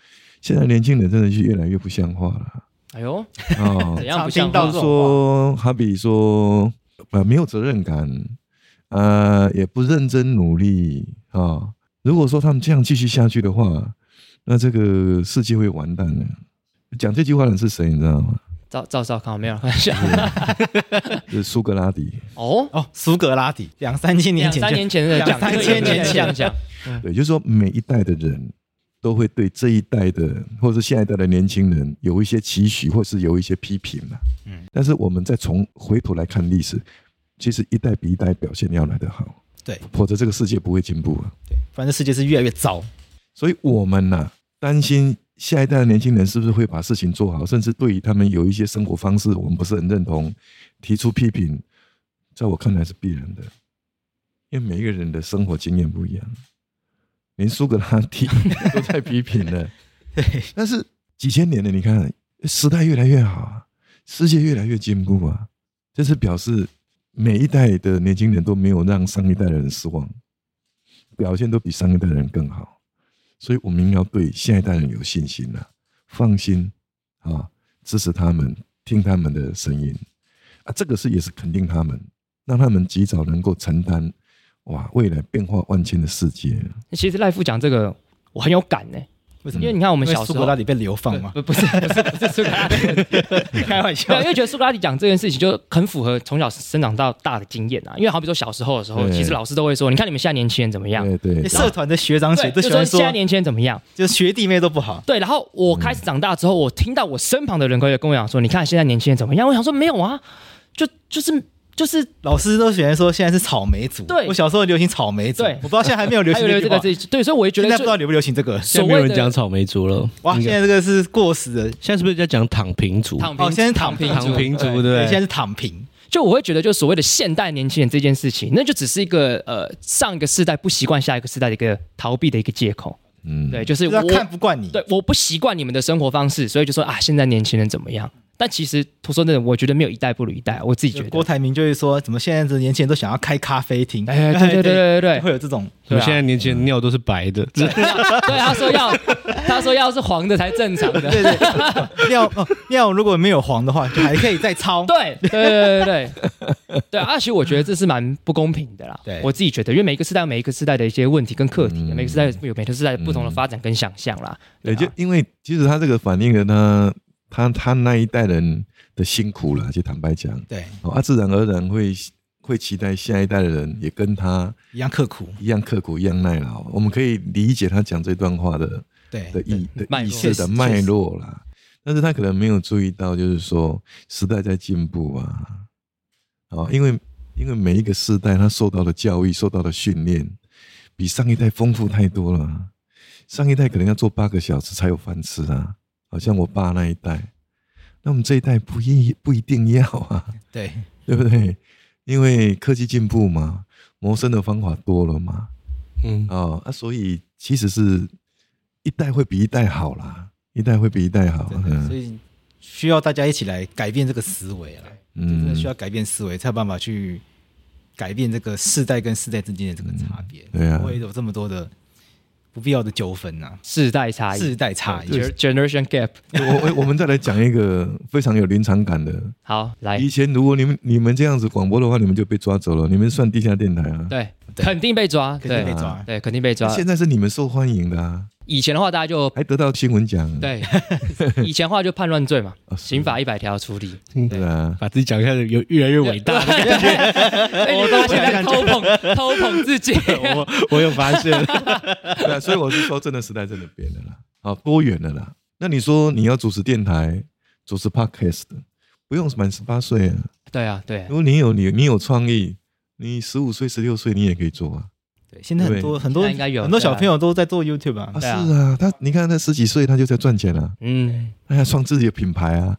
[SPEAKER 5] 现在年轻人真的是越来越不像话了
[SPEAKER 2] 哎呦，
[SPEAKER 5] 哦，
[SPEAKER 2] 怎样不
[SPEAKER 4] 常
[SPEAKER 2] 像
[SPEAKER 4] 听到
[SPEAKER 2] 话
[SPEAKER 5] 他？说，好比说，呃，没有责任感，呃，也不认真努力啊、如果说他们这样继续下去的话，那这个世界会完蛋的。讲这句话的人是谁，你知道吗？
[SPEAKER 2] 赵赵少康没有开玩笑
[SPEAKER 5] 是苏格拉底。
[SPEAKER 2] 哦，
[SPEAKER 3] 哦，苏格拉底两三千年
[SPEAKER 2] 两
[SPEAKER 3] 前就
[SPEAKER 2] 三年前的讲，
[SPEAKER 3] 两三千年
[SPEAKER 2] 这样
[SPEAKER 3] 前
[SPEAKER 2] 讲，
[SPEAKER 5] 对，就是说每一代的人都会对这一代的或是下一代的年轻人有一些期许，或是有一些批评啊。嗯，但是我们再从回头来看历史，其实一代比一代表现要来得好。
[SPEAKER 3] 对，
[SPEAKER 5] 否则这个世界不会进步啊。
[SPEAKER 3] 反正世界是越来越糟。
[SPEAKER 5] 所以我们呐、担心下一代的年轻人是不是会把事情做好，甚至对于他们有一些生活方式我们不是很认同，提出批评，在我看来是必然的，因为每一个人的生活经验不一样，连苏格拉底 都在批评了。对，但是几千年了，你看时代越来越好啊，世界越来越进步啊，这是表示每一代的年轻人都没有让上一代的人失望，表现都比上一代的人更好。所以我们应该要对下一代人有信心了、放心啊，支持他们，听他们的声音啊，这个是也是肯定他们，让他们及早能够承担哇未来变化万千的世界。
[SPEAKER 2] 其实赖富讲这个我很有感呢、
[SPEAKER 3] 为什
[SPEAKER 2] 因
[SPEAKER 3] 么？
[SPEAKER 2] 为你看我
[SPEAKER 3] 我
[SPEAKER 2] 们小时
[SPEAKER 3] 苏
[SPEAKER 2] 候
[SPEAKER 3] 格拉底被流放嘛，
[SPEAKER 2] 不不是不是不是苏格拉底，
[SPEAKER 3] 开玩
[SPEAKER 2] 对，啊
[SPEAKER 3] 笑
[SPEAKER 2] 因。为觉得苏格拉底讲这件事情就很符合从小生长到大的经验啊。因为好比说小时候的时候，
[SPEAKER 5] 对
[SPEAKER 2] 其实老师都会说，你看你们现在年轻人怎么样？
[SPEAKER 5] 对对
[SPEAKER 3] 那，社团的学长姐都
[SPEAKER 2] 对，就
[SPEAKER 3] 喜
[SPEAKER 2] 说
[SPEAKER 3] 欢
[SPEAKER 2] 现
[SPEAKER 3] 说，
[SPEAKER 2] 在年轻人怎么样？
[SPEAKER 3] 就是学弟妹都不好。
[SPEAKER 2] 对，然后我开始长大之后，我听到我身旁的人跟跟我讲说，你看现在年轻人怎么样？我想说没有啊，就就是就是
[SPEAKER 3] 老师都喜欢说现在是草莓族。
[SPEAKER 2] 对
[SPEAKER 3] 我小时候流行草莓族，
[SPEAKER 2] 对
[SPEAKER 3] 我不知道现在还没有流
[SPEAKER 2] 还
[SPEAKER 3] 行
[SPEAKER 2] 有
[SPEAKER 3] 这句
[SPEAKER 2] 这个
[SPEAKER 3] 话。
[SPEAKER 2] 这对，所以我也觉
[SPEAKER 3] 现
[SPEAKER 2] 得
[SPEAKER 3] 在不知道
[SPEAKER 2] 就
[SPEAKER 3] 流不流行这个？
[SPEAKER 2] 所
[SPEAKER 6] 现在没有
[SPEAKER 2] 谓
[SPEAKER 6] 人讲
[SPEAKER 2] 的
[SPEAKER 6] 草莓族了，
[SPEAKER 3] 哇，
[SPEAKER 6] 应
[SPEAKER 3] 现
[SPEAKER 6] 该
[SPEAKER 3] 在这个是过时的。
[SPEAKER 6] 现在是不是在讲躺平族？
[SPEAKER 2] 躺平，
[SPEAKER 3] 哦，现在是躺
[SPEAKER 2] 平
[SPEAKER 3] 平
[SPEAKER 6] 躺平族对不对
[SPEAKER 3] 现在是躺平。
[SPEAKER 2] 就我会觉得，就所谓的现代年轻人这件事情，那就只是一个呃上一个世代不习惯下一个世代的一个逃避的一个借口。
[SPEAKER 5] 嗯，
[SPEAKER 2] 对，就是
[SPEAKER 4] 就是他
[SPEAKER 2] 我
[SPEAKER 4] 看不惯你，
[SPEAKER 2] 对我不习惯你们的生活方式，所以就说啊，现在年轻人怎么样？但其实说真的，我觉得没有一代不如一代，我自己觉
[SPEAKER 4] 郭
[SPEAKER 2] 得。
[SPEAKER 4] 台铭就会说，怎么现在的年轻人都想要开咖啡厅？
[SPEAKER 2] 哎，对对对对对 对，
[SPEAKER 4] 会有这种
[SPEAKER 6] 我
[SPEAKER 2] 对
[SPEAKER 6] 们
[SPEAKER 2] 啊
[SPEAKER 6] 现在年轻人尿都是白的，
[SPEAKER 2] 对，他说要，他说要是黄的才正常的。
[SPEAKER 4] 对对对尿哦尿如果没有黄的话，就还可以再 抄。
[SPEAKER 2] 对对对对对对对啊！其实我觉得这是蛮不公平的啦。
[SPEAKER 4] 对
[SPEAKER 2] 我自己觉得，因为每一个时代有每一个时代的一些问题跟课题，
[SPEAKER 5] 嗯
[SPEAKER 2] 每个时代有每个时代不同的发展跟想象
[SPEAKER 4] 嗯
[SPEAKER 2] 啦。
[SPEAKER 5] 对，
[SPEAKER 2] 对
[SPEAKER 5] 就
[SPEAKER 2] 啊
[SPEAKER 5] 因为其实他这个反映了他他他那一代人的辛苦了，就坦白讲，
[SPEAKER 4] 对，
[SPEAKER 5] 哦，啊，自然而然会会期待下一代的人也跟他
[SPEAKER 4] 一样刻苦。
[SPEAKER 5] 一样刻苦，一样耐劳。我们可以理解他讲这段话的
[SPEAKER 4] 对
[SPEAKER 5] 的意的
[SPEAKER 2] 哎脉
[SPEAKER 5] 意
[SPEAKER 2] 络
[SPEAKER 5] 识的脉络啦，但是他可能没有注意到，就是说时代在进步啊，啊，因为因为每一个世代他受到的教育、受到的训练，比上一代丰富太多了啊。上一代可能要做八个小时才有饭吃啊，好像我爸那一代，那我们这一代不一不一定要啊。
[SPEAKER 4] 对
[SPEAKER 5] 对不对？因为科技进步嘛，谋生的方法多了嘛，
[SPEAKER 6] 嗯，
[SPEAKER 5] 哦，啊，所以其实是一代会比一代好啦，一代会比一代好，
[SPEAKER 4] 对，所以需要大家一起来改变这个思维啊，真的
[SPEAKER 5] 嗯
[SPEAKER 4] 需要改变思维，才有办法去改变这个世代跟世代之间的这个差别，
[SPEAKER 5] 嗯对啊
[SPEAKER 4] 不会有这么多的不必要的纠纷呐，
[SPEAKER 2] 世代差异
[SPEAKER 4] 世代差异。
[SPEAKER 2] ，gener-，generation gap。
[SPEAKER 5] 我我我们再来讲一个非常有临场感的，
[SPEAKER 2] 好，来
[SPEAKER 5] 以，前如果你们你们这样子广播的话，你们就被抓走了，你们算地下电台啊，
[SPEAKER 2] 对，肯定被抓，
[SPEAKER 4] 肯定被
[SPEAKER 2] 对啊
[SPEAKER 4] 抓，
[SPEAKER 2] 对，肯定被抓。
[SPEAKER 5] 现在是你们受欢迎的啊，
[SPEAKER 2] 以前的话，大家就
[SPEAKER 5] 还得到新闻奖，
[SPEAKER 2] 对，以前的话就判乱罪嘛，
[SPEAKER 5] 啊，是
[SPEAKER 2] 刑
[SPEAKER 4] 嗯
[SPEAKER 2] 法一百条处理。
[SPEAKER 5] 对啊，
[SPEAKER 6] 把自己讲一下有越来越伟大，
[SPEAKER 2] 哎，你发现在偷捧偷捧自 己，
[SPEAKER 6] 我我有发现，
[SPEAKER 5] 对啊，所以我是说，真的时代真的变了啦，好多元了啦。那你说你要主持电台，主持 podcast，不用满十八岁啊，
[SPEAKER 2] 对啊，对啊
[SPEAKER 5] 如，果你有你你有创意，你十五岁、十六岁你也可以做啊。
[SPEAKER 4] 对，现在很多很多
[SPEAKER 2] 现在应该有
[SPEAKER 4] 很多
[SPEAKER 2] 对啊
[SPEAKER 4] 小朋友都在做 YouTube 啊
[SPEAKER 5] 啊，，
[SPEAKER 2] 对啊
[SPEAKER 5] 是啊，他你看他十几岁他就在赚钱啊，
[SPEAKER 2] 嗯，
[SPEAKER 5] 他要创自己的品牌啊，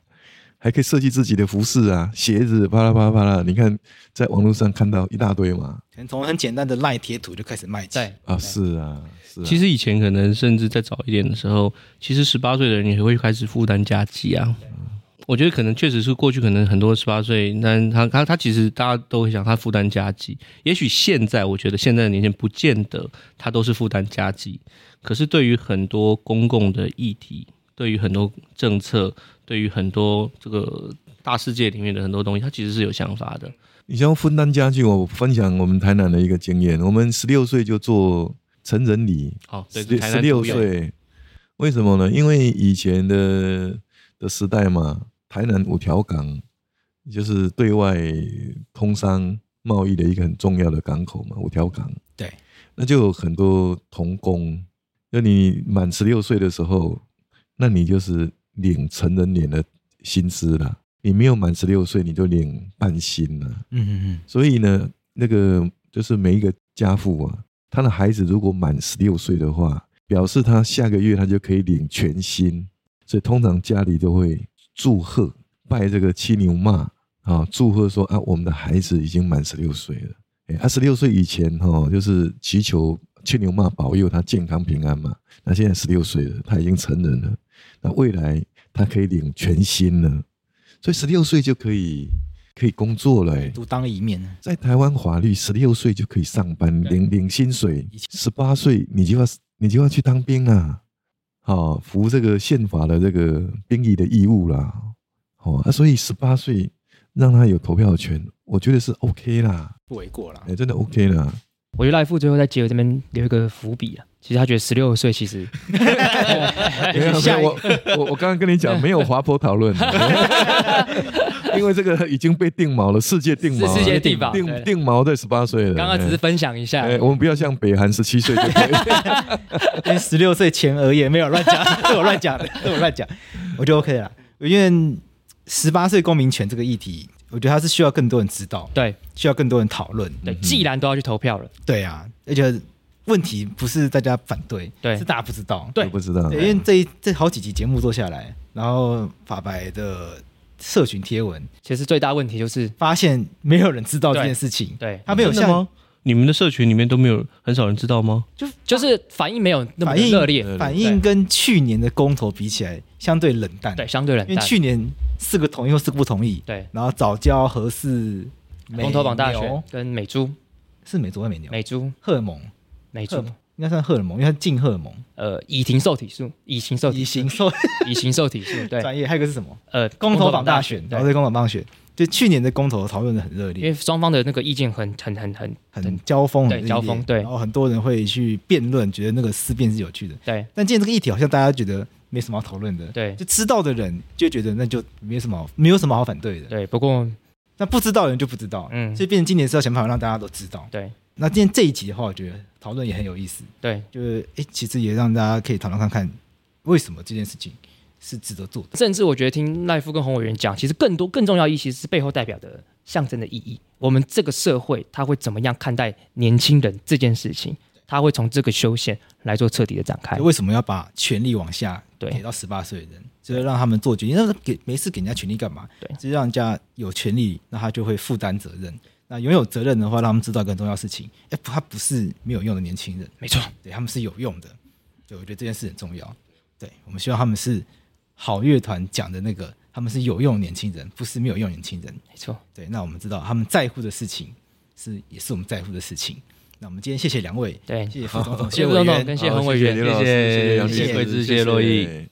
[SPEAKER 5] 还可以设计自己的服饰啊、鞋子，巴拉巴拉巴拉。你看在网络上看到一大堆嘛。
[SPEAKER 4] 可能从很简单的赖贴图就开始卖起。
[SPEAKER 2] 对，
[SPEAKER 5] 啊，是啊，是啊。
[SPEAKER 6] 其实以前可能甚至再早一点的时候，其实十八岁的人也会开始负担家计啊。我觉得可能确实是过去可能很多十八岁，但他他他其实大家都会想他负担家计。也许现在我觉得现在的年轻人不见得他都是负担家计，可是对于很多公共的议题，对于很多政策，对于很多这个大世界里面的很多东西，他其实是有想法的。
[SPEAKER 5] 你像分担家具，我分享我们台南的一个经验，我们十六岁就做成人礼，
[SPEAKER 6] 好，哦对，
[SPEAKER 5] 十
[SPEAKER 6] 是台南
[SPEAKER 5] 十六
[SPEAKER 6] 独有
[SPEAKER 5] 岁，为什么呢？因为以前的的时代嘛，台南五条港就是对外通商贸易的一个很重要的港口嘛，五条港。
[SPEAKER 4] 对，
[SPEAKER 5] 那就有很多童工，就你满十六岁的时候，那你就是领成人年的薪资了。你没有满十六岁，你就领半薪了。
[SPEAKER 4] 嗯嗯
[SPEAKER 5] 所以呢，那个就是每一个家父啊，他的孩子如果满十六岁的话，表示他下个月他就可以领全薪，所以通常家里都会祝贺拜这个七牛妈啊，祝贺说啊，我们的孩子已经满十六岁了。哎，他十六岁以前哈、哦，就是祈求七牛妈保佑他健康平安嘛。那现在十六岁了，他已经成人了，那未来他可以领全薪了，所以十六岁就可以可以工作了、哎
[SPEAKER 4] 嗯，独当一面。
[SPEAKER 5] 在台湾法律，十六岁就可以上班领领薪水，十八岁你就要你就要去当兵啦，哦，服这个宪法的这个兵役的义务啦，哦，啊、所以十八岁让他有投票权，我觉得是 OK 啦，
[SPEAKER 4] 不为过啦
[SPEAKER 5] 哎、。真的 OK 啦，
[SPEAKER 2] 我觉得赖富最后在结尾这边留一个伏笔啊，其实他觉得十六岁其实，哎
[SPEAKER 5] 没有，没有我啊我我刚刚跟你讲没有滑坡讨论，啊 因为这个已经被定锚了，世界定锚了，
[SPEAKER 2] 是世界定锚对
[SPEAKER 5] 定定锚在十八岁了，
[SPEAKER 2] 刚刚只是
[SPEAKER 5] 哎
[SPEAKER 2] 分享一下
[SPEAKER 5] 哎、，我们不要像北韩十七岁就可 以。
[SPEAKER 4] 因为十六岁前而言，没有乱讲， 对我乱讲的，对我乱讲，我觉得 OK 了。因为十八岁公民权这个议题，我觉得它是需要更多人知道，
[SPEAKER 2] 对
[SPEAKER 4] 需要更多人讨论。
[SPEAKER 2] 对，既然都要去投票了，
[SPEAKER 4] 对啊，而且问题不是大家反对，
[SPEAKER 2] 对
[SPEAKER 4] 是大家不知道。
[SPEAKER 2] 对
[SPEAKER 5] 我不知道，
[SPEAKER 4] 对，因为这一这好几集节目做下来，然后法白的社群贴文，
[SPEAKER 2] 其实最大问题就是
[SPEAKER 4] 发现没有人知道这件事情，
[SPEAKER 2] 对，
[SPEAKER 4] 他没有
[SPEAKER 6] 真的
[SPEAKER 4] 像
[SPEAKER 6] 吗？你们的社群里面都没有很少人知道吗？
[SPEAKER 2] 就就是反应没有那么的
[SPEAKER 4] 反应
[SPEAKER 2] 热烈，
[SPEAKER 4] 反应跟去年的公投比起来相对冷淡，
[SPEAKER 2] 对，相对冷
[SPEAKER 4] 因为
[SPEAKER 2] 淡。
[SPEAKER 4] 去年四个同意或四个不同意，
[SPEAKER 2] 对，
[SPEAKER 4] 然后早教合适，美
[SPEAKER 2] 龙头榜大
[SPEAKER 4] 牛
[SPEAKER 2] 学跟美珠、
[SPEAKER 4] 是美洲还是美牛？
[SPEAKER 2] 美珠、
[SPEAKER 4] 荷尔蒙
[SPEAKER 2] 美
[SPEAKER 4] 荷尔
[SPEAKER 2] 珠
[SPEAKER 4] 蒙，应该算荷尔蒙，因为它净荷尔蒙，
[SPEAKER 2] 呃，乙型受体素、乙型受体
[SPEAKER 4] 以
[SPEAKER 2] 素、
[SPEAKER 4] 行受
[SPEAKER 2] 乙型受体素，对，
[SPEAKER 4] 专业，还有一个是什么？
[SPEAKER 2] 呃，
[SPEAKER 4] 公投榜大
[SPEAKER 2] 选
[SPEAKER 4] 选，，然后
[SPEAKER 2] 对，
[SPEAKER 4] 对公投榜大选，就去年的公投讨论的很热
[SPEAKER 2] 因
[SPEAKER 4] 烈，
[SPEAKER 2] 为双方的那个意见很很很很
[SPEAKER 4] 很交锋，很
[SPEAKER 2] 对
[SPEAKER 4] 热烈
[SPEAKER 2] 交锋对
[SPEAKER 4] 然后很多人会去辩论，觉得那个思辨是有趣的。
[SPEAKER 2] 对
[SPEAKER 4] 但今天这个议题好像大家觉得没什么好讨论的，
[SPEAKER 2] 对
[SPEAKER 4] 就知道的人就觉得那就没有什么好没有什么好反对的，
[SPEAKER 2] 对，不过
[SPEAKER 4] 那不知道的人就不知道，
[SPEAKER 2] 嗯
[SPEAKER 4] 所以变成今年是要想办法让大家都知道。
[SPEAKER 2] 对
[SPEAKER 4] 那今天这一集的话，我觉得讨论也很有意思，
[SPEAKER 2] 对，
[SPEAKER 4] 就是诶，其实也让大家可以讨论看看为什么这件事情是值得做的。
[SPEAKER 2] 甚至我觉得听赖夫跟洪委员讲，其实更多更重要的意义其实是背后代表的象征的意义。我们这个社会他会怎么样看待年轻人这件事情？他会从这个修宪来做彻底的展开
[SPEAKER 4] 就。为什么要把权力往下
[SPEAKER 2] 哎对
[SPEAKER 4] 给到十八岁的人，就是让他们做决定？那给没事给人家权利干嘛？
[SPEAKER 2] 对
[SPEAKER 4] 就是让人家有权利，那他就会负担责任。那拥有责任的话，让他们知道一个很重要的事情：哎，不他不是没有用的年轻人，
[SPEAKER 2] 没错，
[SPEAKER 4] 对他们是有用的。对，我觉得这件事很重要。对我们希望他们是好乐团讲的那个，他们是有用的年轻人，不是没有用的年轻人。
[SPEAKER 2] 没错，
[SPEAKER 4] 对，那我们知道他们在乎的事情是也是我们在乎的事情。那我们今天谢谢两位，
[SPEAKER 2] 对
[SPEAKER 4] 谢谢副总统，
[SPEAKER 2] 谢 谢
[SPEAKER 4] 谢谢
[SPEAKER 2] 副
[SPEAKER 4] 委
[SPEAKER 2] 总统
[SPEAKER 4] 员，
[SPEAKER 2] 跟
[SPEAKER 5] 谢
[SPEAKER 2] 谢洪委员，
[SPEAKER 5] 刘老师，谢谢杨
[SPEAKER 4] 谢谢
[SPEAKER 5] 律师
[SPEAKER 6] 桂枝谢谢洛毅。